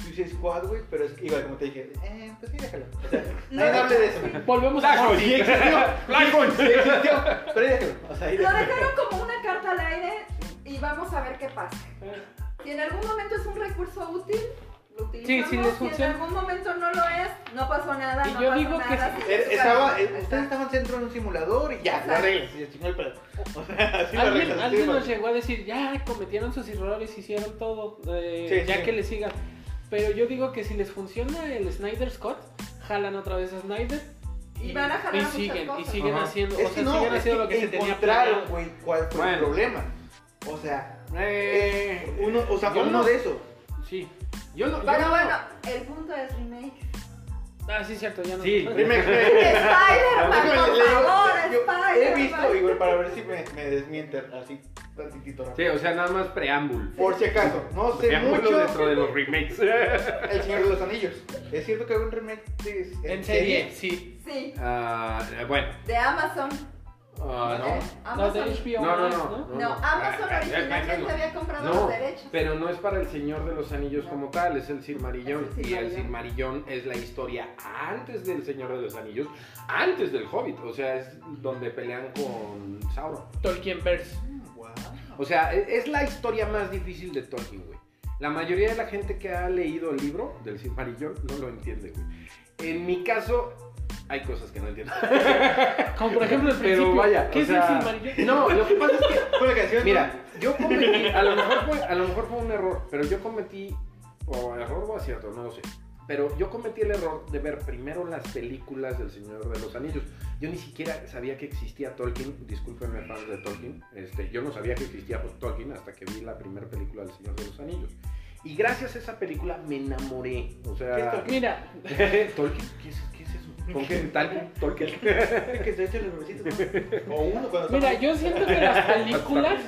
Speaker 1: Suicide Squad, güey, pero es que igual como te dije, eh, pues sí, déjalo. O sea,
Speaker 4: No,
Speaker 1: nadie hable de eso.
Speaker 2: Volvemos a
Speaker 1: Sí existió, sí existió, pero ahí déjalo. O sea, ahí
Speaker 4: Lo
Speaker 1: déjalo.
Speaker 4: dejaron como una carta al
Speaker 2: Eh,
Speaker 4: aire y vamos a ver qué pasa. Si en algún momento es un recurso útil, lo utilizamos.
Speaker 2: Sí, sí, les funciona.
Speaker 4: Y en algún momento no lo es, no pasó nada.
Speaker 2: Y
Speaker 4: no
Speaker 2: yo
Speaker 4: pasó
Speaker 2: digo que
Speaker 4: nada,
Speaker 2: sí.
Speaker 4: sigue
Speaker 1: Er-
Speaker 4: su
Speaker 1: estaba,
Speaker 4: camino.
Speaker 1: eh, ustedes estaban dentro de un simulador y ya, lo arreglas, y se chingó el pedo. O sea, así lo
Speaker 2: Alguien,
Speaker 1: arreglas,
Speaker 2: alguien
Speaker 1: sí,
Speaker 2: nos
Speaker 1: güey.
Speaker 2: llegó a decir, ya cometieron sus errores, hicieron todo, eh,
Speaker 1: Sí,
Speaker 2: ya
Speaker 1: sí.
Speaker 2: que les sigan. Pero yo digo que si les funciona el Snyder Scott, jalan otra vez a Snyder
Speaker 4: Y van a jalar
Speaker 2: y
Speaker 4: muchas
Speaker 2: siguen, y
Speaker 4: cosas.
Speaker 2: siguen
Speaker 3: Ajá.
Speaker 2: haciendo,
Speaker 1: Es
Speaker 2: o
Speaker 1: que
Speaker 2: sea,
Speaker 1: no,
Speaker 2: siguen
Speaker 1: es que,
Speaker 2: haciendo lo que se tenía
Speaker 1: encontraron,
Speaker 2: planeado.
Speaker 1: güey, cuál fue el
Speaker 3: Bueno.
Speaker 1: problema. O sea,
Speaker 3: Eh,
Speaker 1: uno, o sea,
Speaker 3: yo
Speaker 1: uno
Speaker 3: no-
Speaker 1: de esos.
Speaker 3: Sí. Yo no. yo
Speaker 4: Pero
Speaker 3: no-
Speaker 4: bueno, el punto es remake.
Speaker 2: Ah, sí, cierto, ya no.
Speaker 3: Sí.
Speaker 1: Remake, remake.
Speaker 4: Spider-Man,
Speaker 1: Déjame,
Speaker 4: por
Speaker 1: le digo,
Speaker 4: favor,
Speaker 1: yo He
Speaker 4: Spider-Man.
Speaker 1: visto, igual, para ver si me, me desmienten así, tantitito rápido.
Speaker 3: Sí, o sea, nada más preámbulo.
Speaker 1: Por si acaso, no sé
Speaker 3: Preámbulo
Speaker 1: mucho
Speaker 3: dentro de los remakes.
Speaker 1: El Señor de los Anillos. Es cierto que hay un remake de,
Speaker 2: En serie, sí.
Speaker 4: Sí,
Speaker 3: Ah, bueno.
Speaker 4: de Amazon.
Speaker 3: Ah,
Speaker 4: Eh,
Speaker 3: no.
Speaker 2: Los
Speaker 4: Amazon.
Speaker 2: de HBO
Speaker 3: No, no,
Speaker 2: Max,
Speaker 3: no.
Speaker 4: No, Amazon
Speaker 3: Ah, ah,
Speaker 4: originalmente
Speaker 3: ah,
Speaker 4: había comprado
Speaker 3: No,
Speaker 4: los derechos.
Speaker 3: pero no es para el Señor de los Anillos
Speaker 4: No.
Speaker 3: como tal, es el Silmarillón.
Speaker 4: Es el
Speaker 3: Y el
Speaker 4: Silmarillón.
Speaker 3: Silmarillón es la historia antes del Señor de los Anillos, antes del Hobbit. O sea, es donde pelean con Sauron.
Speaker 2: Tolkien Verse.
Speaker 3: O sea, e- es la historia más difícil de Tolkien, güey. La mayoría de la gente que ha leído el libro del Silmarillón no lo entiende, güey. En mi caso, hay cosas que no entiendo.
Speaker 2: Como por ejemplo el principio.
Speaker 3: Pero vaya,
Speaker 2: ¿Qué
Speaker 3: o
Speaker 2: es
Speaker 3: sea,
Speaker 2: el Silmarillion?
Speaker 3: No, lo que pasa es que
Speaker 1: Fue la canción.
Speaker 3: Mira, yo cometí, a lo mejor fue, a lo mejor fue un error, pero yo cometí, o error o acierto, no lo sé. Pero yo cometí el error de ver primero las películas del Señor de los Anillos. Yo ni siquiera sabía que existía Tolkien, discúlpenme fans de Tolkien, este, yo no sabía que existía pues, Tolkien hasta que vi la primera película del Señor de los Anillos. Y gracias a esa película me enamoré. O sea,
Speaker 1: ¿Qué es Tolkien?
Speaker 2: Mira,
Speaker 3: ¿Tolkien? ¿Qué es, qué es eso? ¿Con qué? ¿Talkien? ¿Tolkien?
Speaker 1: ¿no? que se echen los besitos. ¿no? O uno cuando
Speaker 2: Mira,
Speaker 1: está-
Speaker 2: yo siento que las películas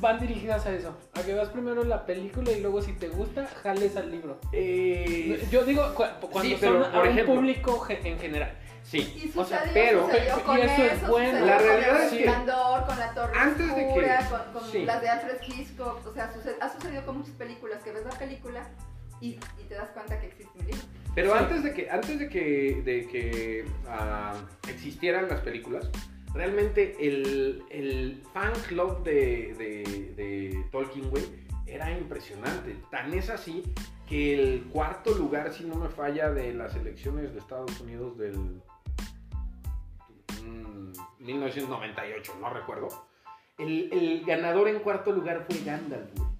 Speaker 2: van dirigidas a eso. A que veas primero la película y luego si te gusta, jales al libro.
Speaker 3: Eh,
Speaker 2: Yo digo cu- cuando
Speaker 3: Sí,
Speaker 2: son
Speaker 3: pero,
Speaker 2: a
Speaker 3: por
Speaker 2: un
Speaker 3: ejemplo.
Speaker 2: público ge- en general.
Speaker 3: sí.
Speaker 4: Y
Speaker 2: O sea,
Speaker 4: sucedió,
Speaker 3: pero-
Speaker 4: sucedió con
Speaker 2: y eso es bueno.
Speaker 4: sucedió
Speaker 3: La
Speaker 4: con
Speaker 3: realidad
Speaker 4: el
Speaker 3: es que-
Speaker 4: Resplandor, con la Torre
Speaker 3: Antes de que-
Speaker 4: Oscura, con, con
Speaker 3: sí.
Speaker 4: las de Alfred Hitchcock, o sea, suce- ha sucedido con muchas películas que ves la película y, y te das cuenta que existe un libro.
Speaker 3: Pero
Speaker 2: Sí.
Speaker 3: antes de que, antes de que, de que ah, existieran las películas, realmente el, el fan club de, de- de Tolkien, güey, era impresionante. Tan es así que el cuarto lugar, si no me falla, de las elecciones de Estados Unidos del mm, 1998, no recuerdo. El, el ganador en cuarto lugar fue Gandalf, güey.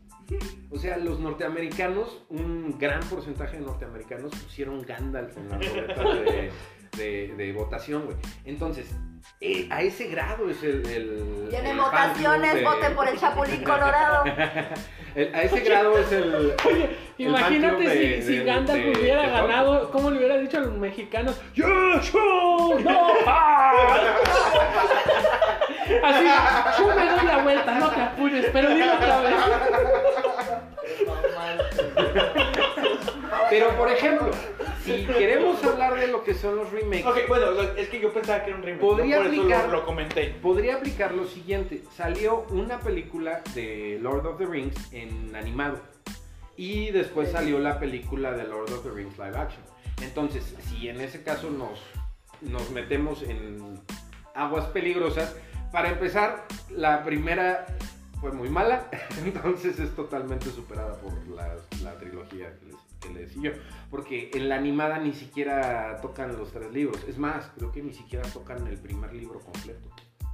Speaker 3: O sea, los norteamericanos, un gran porcentaje de norteamericanos pusieron Gandalf en la boleta de, de- de votación, güey. Entonces, eh, a ese grado es el... el
Speaker 4: Tiene
Speaker 3: el fan club
Speaker 4: votaciones,
Speaker 3: de-
Speaker 4: voten por el Chapulín Colorado.
Speaker 3: el- a ese grado es el...
Speaker 2: Oye,
Speaker 3: El
Speaker 2: imagínate si,
Speaker 3: fan club de-
Speaker 2: si
Speaker 3: de-
Speaker 2: Gandalf
Speaker 3: de-
Speaker 2: hubiera
Speaker 3: de Tolkien.
Speaker 2: ganado, ¿cómo le hubiera dicho a los mexicanos? ¡Yo, yo, no! ah". Así, yo me doy la vuelta, no te apures, pero dime otra vez.
Speaker 3: Pero, por ejemplo, si queremos hablar de lo que son los remakes,
Speaker 1: Ok, bueno, o sea, es que yo pensaba que era un remake.
Speaker 3: Podría
Speaker 1: no por eso
Speaker 3: aplicar-
Speaker 1: lo, lo comenté.
Speaker 3: podría aplicar lo siguiente. Salió una película de Lord of the Rings en animado. Y después salió la película de Lord of the Rings live action. Entonces, si en ese caso nos, nos metemos en aguas peligrosas, para empezar, la primera fue muy mala, entonces es totalmente superada por la, la trilogía que les, que le siguió. Porque en la animada ni siquiera tocan los tres libros. Es más, creo que ni siquiera tocan el primer libro completo.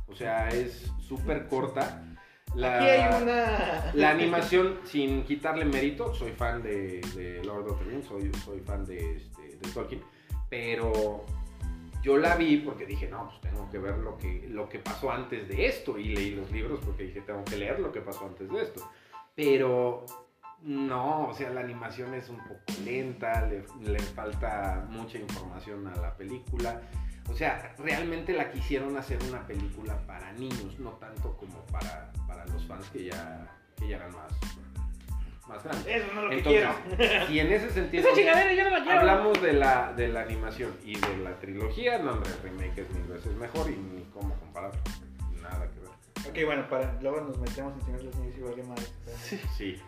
Speaker 3: O sea, es súper corta. La...
Speaker 1: Aquí hay una.
Speaker 3: La animación, sin quitarle mérito, soy fan de, de Lord of the Rings, soy, soy fan de, este, de Tolkien, pero yo la vi porque dije, no, pues tengo que ver lo que, lo que pasó antes de esto, y leí los libros porque dije, tengo que leer lo que pasó antes de esto. Pero no, o sea, la animación es un poco lenta, le, le falta mucha información a la película. O sea, realmente la quisieron hacer una película para niños, no tanto como para, para los fans que ya, que ya eran más, más grandes.
Speaker 1: Eso no es lo que
Speaker 3: Entonces,
Speaker 1: quiero.
Speaker 3: si en ese sentido
Speaker 2: Esa chingadera yo no la quiero.
Speaker 3: hablamos de la, de la animación y de la trilogía, no, hombre, el remake es mil veces mejor y ni cómo compararlo. Nada que ver.
Speaker 1: Ok, bueno, para. Luego nos metemos en Señor de los Anillos y vale más.
Speaker 3: Sí.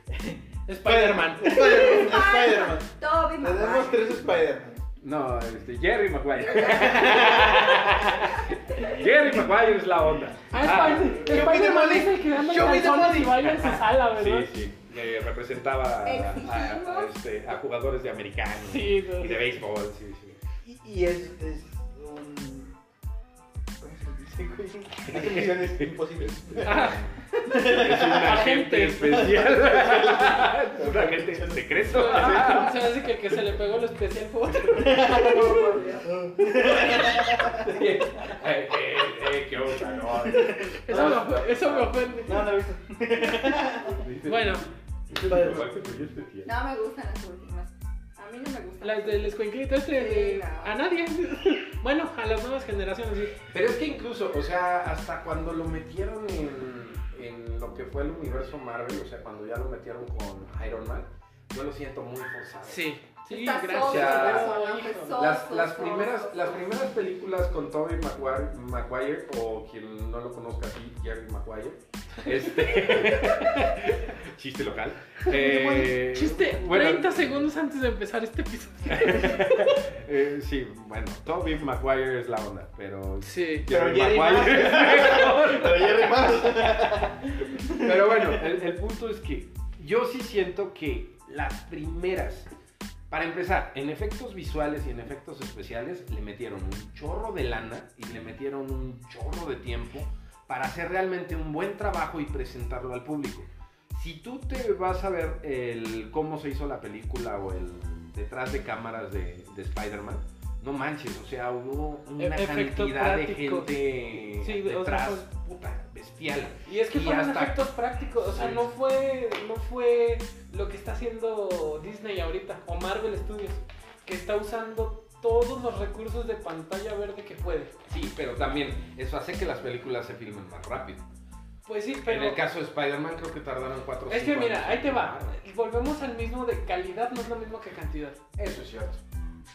Speaker 2: Spider-Man.
Speaker 1: Spider-Man. Spider-Man.
Speaker 4: Toby
Speaker 1: Tenemos tres Spider-Man.
Speaker 3: No, este, Jerry Maguire. Jerry Maguire es la onda.
Speaker 2: Ah, Spider-
Speaker 1: Yo vi de
Speaker 2: Spider-Man
Speaker 1: Molly.
Speaker 2: es el que anda en
Speaker 1: Yo vi de
Speaker 2: calzones
Speaker 1: Molly.
Speaker 2: y baila en su sala,
Speaker 3: Ah, sí,
Speaker 2: ¿verdad?
Speaker 3: sí. que representaba a, a- a,
Speaker 4: Exigimos.
Speaker 3: este, a jugadores de americano
Speaker 2: Sí, no.
Speaker 3: y de béisbol. Sí,
Speaker 1: Y,
Speaker 3: sí.
Speaker 1: y es, es un. ¿Cómo se dice, güey? Hace misiones imposibles.
Speaker 2: Ah,
Speaker 3: Es un agente
Speaker 2: Agente.
Speaker 3: especial. es un agente secreto.
Speaker 2: Ah, se me hace que el que se le pegó lo especial fue otro.
Speaker 3: eh, eh, eh, qué onda, no.
Speaker 2: Eso me, of- eso me ofende.
Speaker 1: No, no he visto.
Speaker 2: Bueno,
Speaker 3: pues,
Speaker 4: No me gustan las últimas. A mí no me gustan.
Speaker 2: las del escuinclito este de-
Speaker 4: Sí, no.
Speaker 2: a nadie. Bueno, a las nuevas generaciones sí.
Speaker 3: Pero es que incluso, o sea, hasta cuando lo metieron en, en lo que fue el universo Marvel, o sea, cuando ya lo metieron con Iron Man, yo lo siento muy forzado.
Speaker 2: Sí. Sí,
Speaker 4: Está
Speaker 2: gracias.
Speaker 4: solo,
Speaker 3: pero,
Speaker 2: Hijo,
Speaker 4: hijo,
Speaker 2: no.
Speaker 3: Las, las,
Speaker 4: Oso,
Speaker 3: primeras,
Speaker 4: oso,
Speaker 3: las
Speaker 4: oso.
Speaker 3: primeras películas con Tobey Maguire, Maguire, o quien no lo conozca así, Jerry Maguire. Este... Chiste local. Eh,
Speaker 2: Chiste,
Speaker 3: bueno,
Speaker 2: 30 segundos antes de empezar este episodio.
Speaker 3: eh, sí, bueno, Tobey Maguire es la onda, pero...
Speaker 2: Sí.
Speaker 1: Pero Jerry
Speaker 3: Maguire-
Speaker 1: Pero Jerry más.
Speaker 3: Pero bueno, el, el punto es que yo sí siento que las primeras, para empezar, en efectos visuales y en efectos especiales, le metieron un chorro de lana y le metieron un chorro de tiempo para hacer realmente un buen trabajo y presentarlo al público. Si tú te vas a ver el cómo se hizo la película o el detrás de cámaras de, de Spider-Man, no manches, o sea, hubo una
Speaker 2: E- efecto
Speaker 3: cantidad
Speaker 2: práctico.
Speaker 3: de gente
Speaker 2: Sí, o sea, pues,
Speaker 3: detrás,
Speaker 2: fue-
Speaker 3: puta, bestial.
Speaker 2: Y es que
Speaker 3: Y
Speaker 2: fueron
Speaker 3: hasta-
Speaker 2: efectos prácticos, o sea,
Speaker 3: Sí.
Speaker 2: no fue no fue lo que está haciendo Disney ahorita o Marvel Studios, que está usando todos los recursos de pantalla verde que puede.
Speaker 3: Sí, pero también eso hace que las películas se filmen más rápido.
Speaker 2: Pues sí, pero
Speaker 3: en el caso de Spider-Man creo que tardaron 4 o
Speaker 2: es que
Speaker 3: 5
Speaker 2: mira,
Speaker 3: años
Speaker 2: ahí te
Speaker 3: en
Speaker 2: va.
Speaker 3: filmar.
Speaker 2: Volvemos al mismo de calidad no es lo mismo que cantidad.
Speaker 3: Eso es cierto.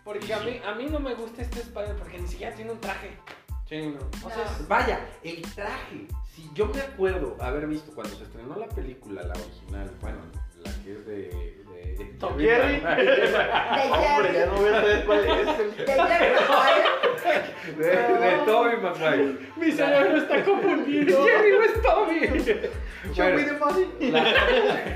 Speaker 2: Porque a mí a mí no me gusta este Spider porque ni siquiera tiene un traje.
Speaker 3: Sí, no.
Speaker 2: O sea,
Speaker 4: No.
Speaker 3: Vaya, el traje. Si yo me acuerdo haber visto cuando se estrenó la película, la original, bueno, la que es de. de, de
Speaker 2: Tom
Speaker 1: Jerry.
Speaker 3: Ah,
Speaker 1: Hombre,
Speaker 4: De
Speaker 1: ya
Speaker 4: Jerry.
Speaker 1: no voy a saber cuál es el.
Speaker 4: De Jerry Maguire.
Speaker 3: De, de Toby Maguire.
Speaker 2: mi cerebro está confundido.
Speaker 3: Jerry no es Toby.
Speaker 1: Show me the money.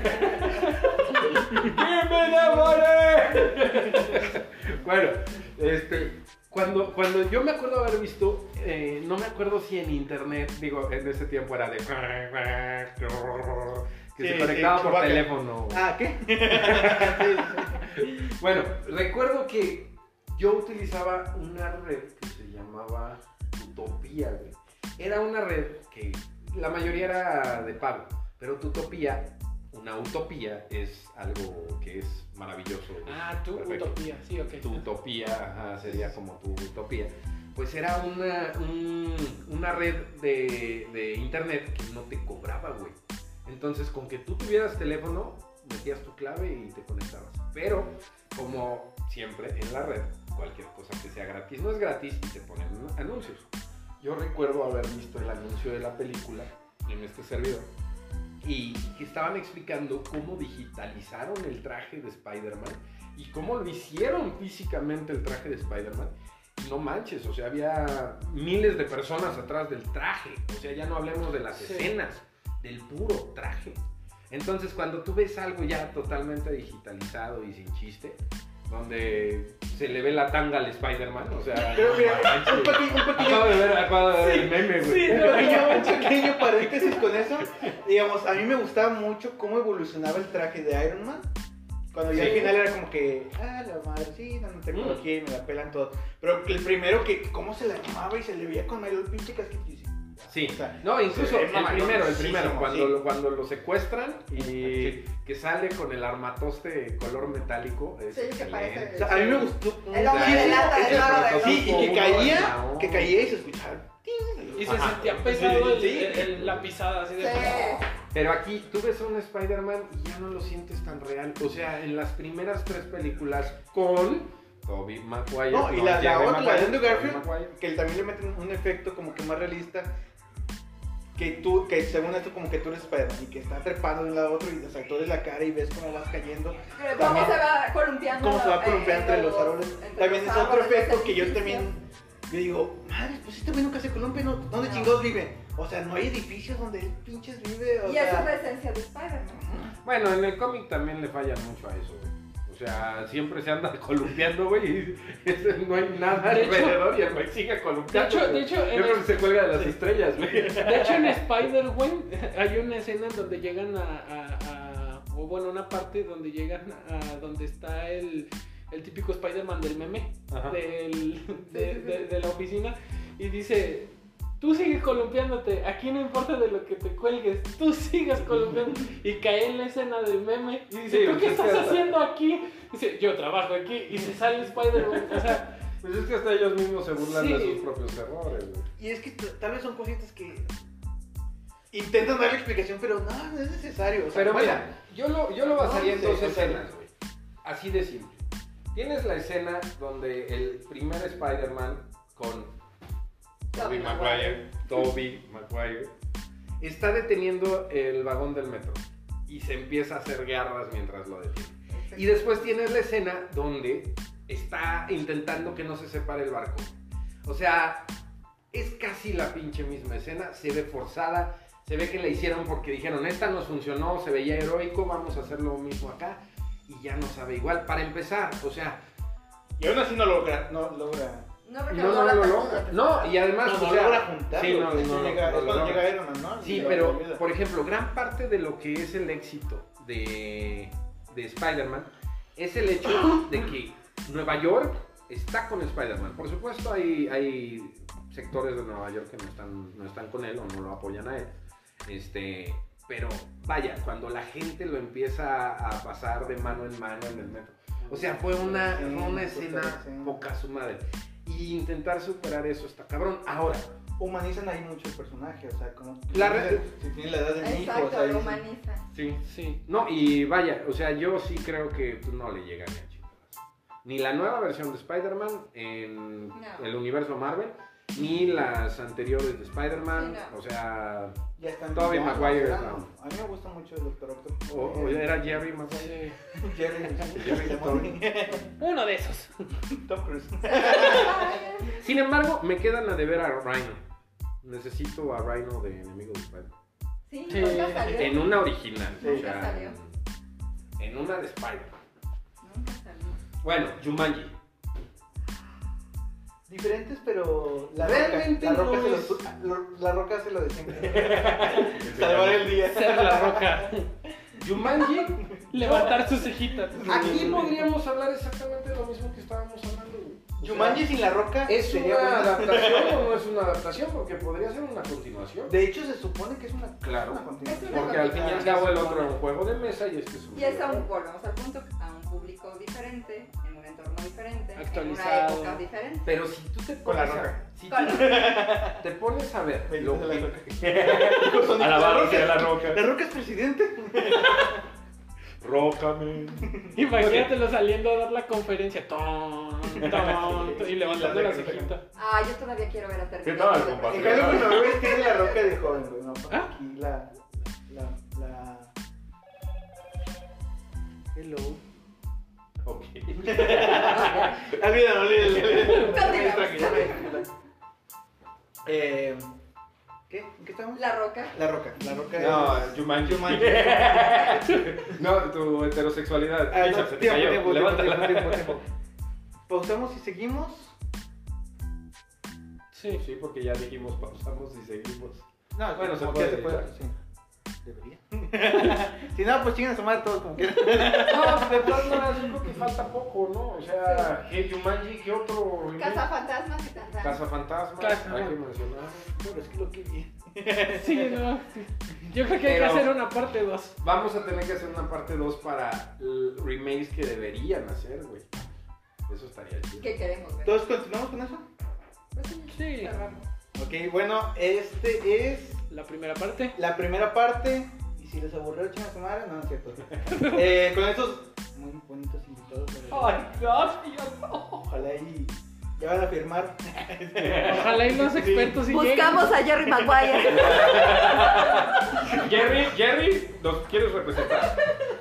Speaker 3: bueno, este, cuando, cuando yo me acuerdo haber visto, eh, no me acuerdo si en internet, digo, en ese tiempo era de... Que
Speaker 1: Sí,
Speaker 3: se
Speaker 1: sí,
Speaker 3: conectaba por
Speaker 1: Chewbacca.
Speaker 3: teléfono.
Speaker 1: Ah, ¿qué?
Speaker 3: Bueno, recuerdo que yo utilizaba una red que se llamaba Tutopía, güey. Era una red que la mayoría era de pago, pero Tutopía, una utopía, es algo que es maravilloso. güey.
Speaker 2: Ah, tú
Speaker 3: Perfecto
Speaker 2: utopía, sí, ok.
Speaker 3: tu utopía ajá, sería como tu utopía. Pues era una, un- una red de, de internet que no te cobraba, güey. Entonces, con que tú tuvieras teléfono, metías tu clave y te conectabas. Pero, como siempre en la red, cualquier cosa que sea gratis no es gratis y te ponen anuncios. Yo recuerdo haber visto el anuncio de la película en este servidor y que estaban explicando cómo digitalizaron el traje de Spider-Man y cómo lo hicieron físicamente el traje de Spider-Man. Y No manches, o sea, había miles de personas atrás del traje. O sea, ya no hablemos de las
Speaker 2: Sí.
Speaker 3: escenas, del puro traje. Entonces, cuando tú ves algo ya totalmente digitalizado y sin chiste, donde se le ve la tanga al Spider-Man, o sea,
Speaker 1: Creo que
Speaker 3: no manches.
Speaker 1: un pequeño, un pequeño
Speaker 3: acabo de ver, acabo de ver el meme, güey.
Speaker 2: Sí,
Speaker 1: Un pequeño, un pequeño paréntesis con eso. Digamos, a mí me gustaba mucho cómo evolucionaba el traje de Iron Man. Cuando ya
Speaker 3: Sí.
Speaker 1: al final era como que, ah, la madre, sí, no me tengo
Speaker 3: Mm.
Speaker 1: aquí, me la pelan todo. Pero el primero que, cómo se la llamaba y se le veía con el pinche casquito. y dice,
Speaker 3: Sí,
Speaker 1: O sea,
Speaker 3: no, incluso
Speaker 1: se ve
Speaker 3: el
Speaker 1: mamalón,
Speaker 3: primero, el
Speaker 1: sí,
Speaker 3: primero,
Speaker 1: sí,
Speaker 3: cuando,
Speaker 1: sí.
Speaker 3: lo, cuando lo secuestran y
Speaker 1: Sí.
Speaker 3: que sale con el armatoste color metálico. es
Speaker 4: Sí, que
Speaker 3: excelente.
Speaker 1: O
Speaker 4: parece-
Speaker 1: sea, a mí me gustó.
Speaker 4: El hombre de lata,
Speaker 1: muchísimo
Speaker 4: el barba de
Speaker 1: ese- Sí, y que
Speaker 3: Uy,
Speaker 1: caía,
Speaker 3: no.
Speaker 1: que caía y se escuchaba. ting.
Speaker 2: Y se
Speaker 3: Ajá.
Speaker 2: sentía pesado el-
Speaker 1: Sí, sí.
Speaker 2: el- el- la pisada así de.
Speaker 4: Sí.
Speaker 3: Pero aquí tú ves a un Spider-Man y ya no lo sientes tan real. O sea, en las primeras tres películas con Tobey Maguire.
Speaker 1: No, y la- la otra,
Speaker 3: Jerry
Speaker 1: la de
Speaker 3: Maguire,
Speaker 1: Andrew
Speaker 3: Tobey
Speaker 1: Garfield.
Speaker 3: Maguire.
Speaker 1: Que también le meten un efecto como que más realista. Que tú, que según esto, como que tú eres Spider-Man y que está trepando de un lado a otro y o sea, tú eres la cara y ves cómo vas cayendo.
Speaker 4: Pero ¿Cómo
Speaker 1: También-
Speaker 4: se va columpiando?
Speaker 1: cómo se va
Speaker 4: eh,
Speaker 1: columpiando entre los árboles.
Speaker 4: entre
Speaker 1: También
Speaker 4: los
Speaker 1: es otro
Speaker 4: árboles,
Speaker 1: efecto
Speaker 4: los
Speaker 1: que yo
Speaker 4: edificios?
Speaker 1: también yo digo, madre, pues este güey nunca se columpia, ¿no? ¿dónde
Speaker 4: No.
Speaker 1: chingados vive? O sea, no hay edificios donde él pinches vive. O
Speaker 4: Y esa es la
Speaker 1: sea,
Speaker 4: esencia de Spider-Man.
Speaker 3: Bueno, en el cómic también le fallan mucho a eso, güey. O sea, siempre se anda columpiando, güey, y no hay nada
Speaker 2: De hecho-
Speaker 3: alrededor y el güey sigue
Speaker 2: De
Speaker 3: columpiando.
Speaker 2: hecho, de
Speaker 3: güey.
Speaker 2: hecho, en
Speaker 3: Yo creo que se cuelga de las
Speaker 1: Sí.
Speaker 3: estrellas, güey.
Speaker 2: De hecho, en Spider-Man hay una escena donde llegan a, a- a- O bueno, una parte donde llegan a donde está el, el típico Spider-Man del meme,
Speaker 3: Ajá.
Speaker 2: del- de, de- de la oficina, y dice: Tú sigues columpiándote, aquí no importa de lo que te cuelgues, tú sigas columpiando. Y cae en la escena del meme y dice:
Speaker 3: Sí,
Speaker 2: ¿Tú qué
Speaker 3: pues, es que
Speaker 2: estás
Speaker 3: hasta-
Speaker 2: haciendo aquí? Dice: Yo trabajo aquí, y se sale Spider-Man. O sea,
Speaker 3: Pues es que hasta ellos mismos se burlan de
Speaker 2: Sí.
Speaker 3: sus propios errores, güey.
Speaker 1: y es que t- tal vez son cositas que intentan darle explicación, pero no, no es necesario. O sea,
Speaker 3: Pero
Speaker 1: bueno,
Speaker 3: mira, yo lo, yo lo basaría en
Speaker 1: sí,
Speaker 3: dos
Speaker 1: sí, sí.
Speaker 3: escenas, güey. Así de simple. Tienes la escena donde el primer Spider-Man con Tobey Maguire, Tobey Maguire, está deteniendo el vagón del metro y se empieza a hacer garras mientras lo detiene. Y después tienes la escena donde está intentando que no se separe el barco. O sea, es casi la pinche misma escena, se ve forzada, se ve que la hicieron porque dijeron, esta nos funcionó, se veía heroico, vamos a hacer lo mismo acá y ya no sabe igual. Para empezar, o sea,
Speaker 1: y aún así no logra. No logra.
Speaker 4: No, porque
Speaker 3: no, no,
Speaker 4: logra
Speaker 3: no,
Speaker 4: tan-
Speaker 3: no, no, y además,
Speaker 1: No,
Speaker 3: o
Speaker 1: no
Speaker 3: sea,
Speaker 1: logra juntarlo.
Speaker 3: sí, no,
Speaker 1: es
Speaker 3: no,
Speaker 1: que llega-
Speaker 3: no
Speaker 1: es cuando
Speaker 3: logra.
Speaker 1: llega Iron Man, ¿no? Y
Speaker 3: Sí,
Speaker 1: lo-
Speaker 3: pero,
Speaker 1: lo ayuda.
Speaker 3: por ejemplo, gran parte de lo que es el éxito de, de Spider-Man es el hecho de que Nueva York está con Spider-Man. Por supuesto, hay, hay sectores de Nueva York que no están, no están con él o no lo apoyan a él. Este, pero vaya, cuando la gente lo empieza a pasar de mano en mano en el metro. O sea, fue una,
Speaker 1: Sí,
Speaker 3: fue una
Speaker 1: total,
Speaker 3: escena
Speaker 1: sí.
Speaker 3: poca su madre. Y intentar superar eso está cabrón. Ahora,
Speaker 1: humanizan ahí mucho el personaje, o sea, como
Speaker 3: La re-
Speaker 1: si tiene la edad de mi hijo, o
Speaker 4: Exacto,
Speaker 1: sea,
Speaker 4: lo
Speaker 1: dices,
Speaker 4: humaniza.
Speaker 3: sí,
Speaker 2: sí.
Speaker 3: No, y vaya, o sea, yo sí creo que pues, no le llega ni a chingadas. Ni la nueva versión de Spider-Man en
Speaker 4: No.
Speaker 3: el universo Marvel, ni las anteriores de Spider-Man,
Speaker 4: Sí, no.
Speaker 3: o sea,
Speaker 1: ya están
Speaker 3: Tobey
Speaker 1: ya,
Speaker 3: Maguire,
Speaker 1: ya,
Speaker 3: no.
Speaker 1: A mí me gusta mucho el Doctor Octopus. Eh,
Speaker 3: o, o era Jerry Maguire.
Speaker 2: sí.
Speaker 1: Jerry,
Speaker 3: Jerry
Speaker 1: Jerry
Speaker 2: Uno de esos.
Speaker 1: Tom Cruise.
Speaker 3: Sin embargo, me quedan a deber a Rhino. Necesito a Rhino de enemigo de Spider-Man.
Speaker 4: Sí,
Speaker 2: Sí.
Speaker 4: nunca salió.
Speaker 3: En una original,
Speaker 1: Sí.
Speaker 3: o
Speaker 4: Nunca
Speaker 3: sea,
Speaker 4: salió.
Speaker 3: en una de Spider-Man.
Speaker 4: Nunca salió.
Speaker 3: Bueno, Jumanji.
Speaker 1: Diferentes, pero la
Speaker 3: Realmente
Speaker 1: roca, la roca
Speaker 3: no
Speaker 1: se lo-
Speaker 3: es-
Speaker 1: lo- la roca hace lo de siempre. Salvar el día.
Speaker 2: Ser la roca.
Speaker 3: Jumanji
Speaker 2: Levantar sus cejitas.
Speaker 3: Aquí podríamos hablar exactamente lo mismo que estábamos hablando. güey. O sea,
Speaker 1: Jumanji sin la roca
Speaker 3: ¿Es
Speaker 1: sería
Speaker 3: una
Speaker 1: buena.
Speaker 3: adaptación o no es una adaptación? Porque podría ser una continuación.
Speaker 1: De hecho se supone que es una
Speaker 3: Claro.
Speaker 1: una continuación.
Speaker 4: Es una
Speaker 3: Porque al fin y al cabo el otro era un
Speaker 1: Supone.
Speaker 3: juego de mesa y este es un.
Speaker 4: Y es a
Speaker 3: videojuego.
Speaker 4: un, volvemos al punto, a un público diferente, en un entorno diferente,
Speaker 2: Actualizado.
Speaker 4: en una época diferente.
Speaker 3: Pero si tú te
Speaker 1: Con la
Speaker 3: pones a,
Speaker 1: roca.
Speaker 3: si tú
Speaker 4: Con-
Speaker 3: te pones a ver lo
Speaker 1: Benditos de la
Speaker 3: que,
Speaker 1: roca. Con
Speaker 5: A la
Speaker 1: Roca.
Speaker 5: barroca, a la roca.
Speaker 1: La roca es presidente.
Speaker 5: Rócame.
Speaker 2: Imagínatelo saliendo a dar la conferencia. Ton, ton, ton, y levantando la cejita.
Speaker 4: Ah, yo todavía quiero ver a Terminator.
Speaker 5: tal,
Speaker 4: de
Speaker 5: compadre?
Speaker 1: En
Speaker 4: verdad.
Speaker 1: cambio, cuando lo ves, tiene la roca de joven, güey. No, pues,
Speaker 2: ¿Ah?
Speaker 1: aquí la. La. La. Hello.
Speaker 3: Ok. Ah,
Speaker 1: Olvídalo, olvídalo.
Speaker 4: Continúa.
Speaker 1: Tranquila, tranquila. Eh, ¿Qué? ¿En qué estamos?
Speaker 4: La Roca.
Speaker 1: La roca. La roca.
Speaker 3: No,
Speaker 1: es-
Speaker 3: Jumanji.
Speaker 1: Jumanji.
Speaker 3: No, tu heterosexualidad.
Speaker 1: Ah, no,
Speaker 3: Échate,
Speaker 1: tiempo,
Speaker 3: cayó.
Speaker 1: tiempo, tiempo,
Speaker 3: Levántala.
Speaker 1: tiempo, tiempo, tiempo. Pausamos y seguimos.
Speaker 2: Sí.
Speaker 3: Sí, porque ya dijimos pausamos y seguimos.
Speaker 1: No,
Speaker 3: Bueno, se
Speaker 1: como
Speaker 3: puede,
Speaker 1: quiera
Speaker 3: ¿verdad?
Speaker 1: sí. Debería. si no, pues chingan a su madre todos como quieran.
Speaker 3: No, de todas maneras yo creo que falta poco, ¿no? O sea, ¿qué Jumanji? ¿Qué otro? remake?
Speaker 4: Casa Fantasmas y tantas.
Speaker 3: Cazafantasmas,
Speaker 2: Casa-
Speaker 3: hay que mencionar.
Speaker 1: Pero es que lo que vi.
Speaker 2: Sí, no, sí. Yo creo que hay que
Speaker 3: Pero-
Speaker 2: hacer una parte 2.
Speaker 3: Vamos a tener que hacer una parte 2 para l- remakes que deberían hacer, güey. Eso estaría chido.
Speaker 4: ¿Qué queremos ver?
Speaker 1: Entonces, ¿continuamos con eso?
Speaker 4: Pues sí,
Speaker 2: Sí.
Speaker 4: cerramos.
Speaker 1: Ok, bueno, este es
Speaker 2: La primera parte.
Speaker 1: la primera parte. Y si les aburrió, chingan a su madre. No, no es cierto. Eh, con estos muy bonitos invitados. la verdad.
Speaker 2: Dios mío.
Speaker 1: Ojalá y ya van a firmar.
Speaker 2: Ojalá y los expertos y
Speaker 4: Buscamos a Jerry Maguire.
Speaker 3: Jerry, Jerry, ¿nos quieres representar?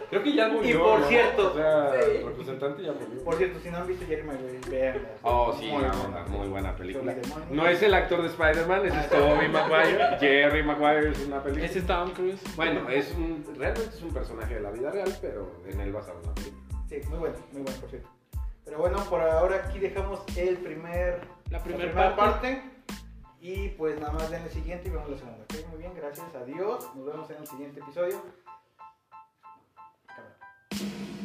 Speaker 5: Creo que ya murió.
Speaker 1: Y por
Speaker 5: ¿no?
Speaker 1: cierto-
Speaker 5: O sea,
Speaker 4: Sí.
Speaker 5: el representante ya murió.
Speaker 1: Por cierto, si no han visto Jeremy, güey, vean.
Speaker 5: Oh, sí,
Speaker 1: Muy
Speaker 5: no,
Speaker 1: buena.
Speaker 5: no, muy buena película.
Speaker 1: Sobre demonios.
Speaker 5: No es el actor de Spider-Man, ese es este Tobey Maguire. Jerry Maguire es una película.
Speaker 2: Ese es Tom Cruise.
Speaker 5: Bueno, es un, realmente es un personaje de la vida real, pero en él basado en la película.
Speaker 1: Sí, muy bueno, muy bueno, por cierto. Pero bueno, por ahora aquí dejamos el primer,
Speaker 2: La
Speaker 1: la
Speaker 2: primera
Speaker 1: primera
Speaker 2: parte.
Speaker 1: parte. Y pues nada más den el siguiente y vemos la segunda. Ok, muy bien, gracias, adiós. Nos vemos en el siguiente episodio. Cámara.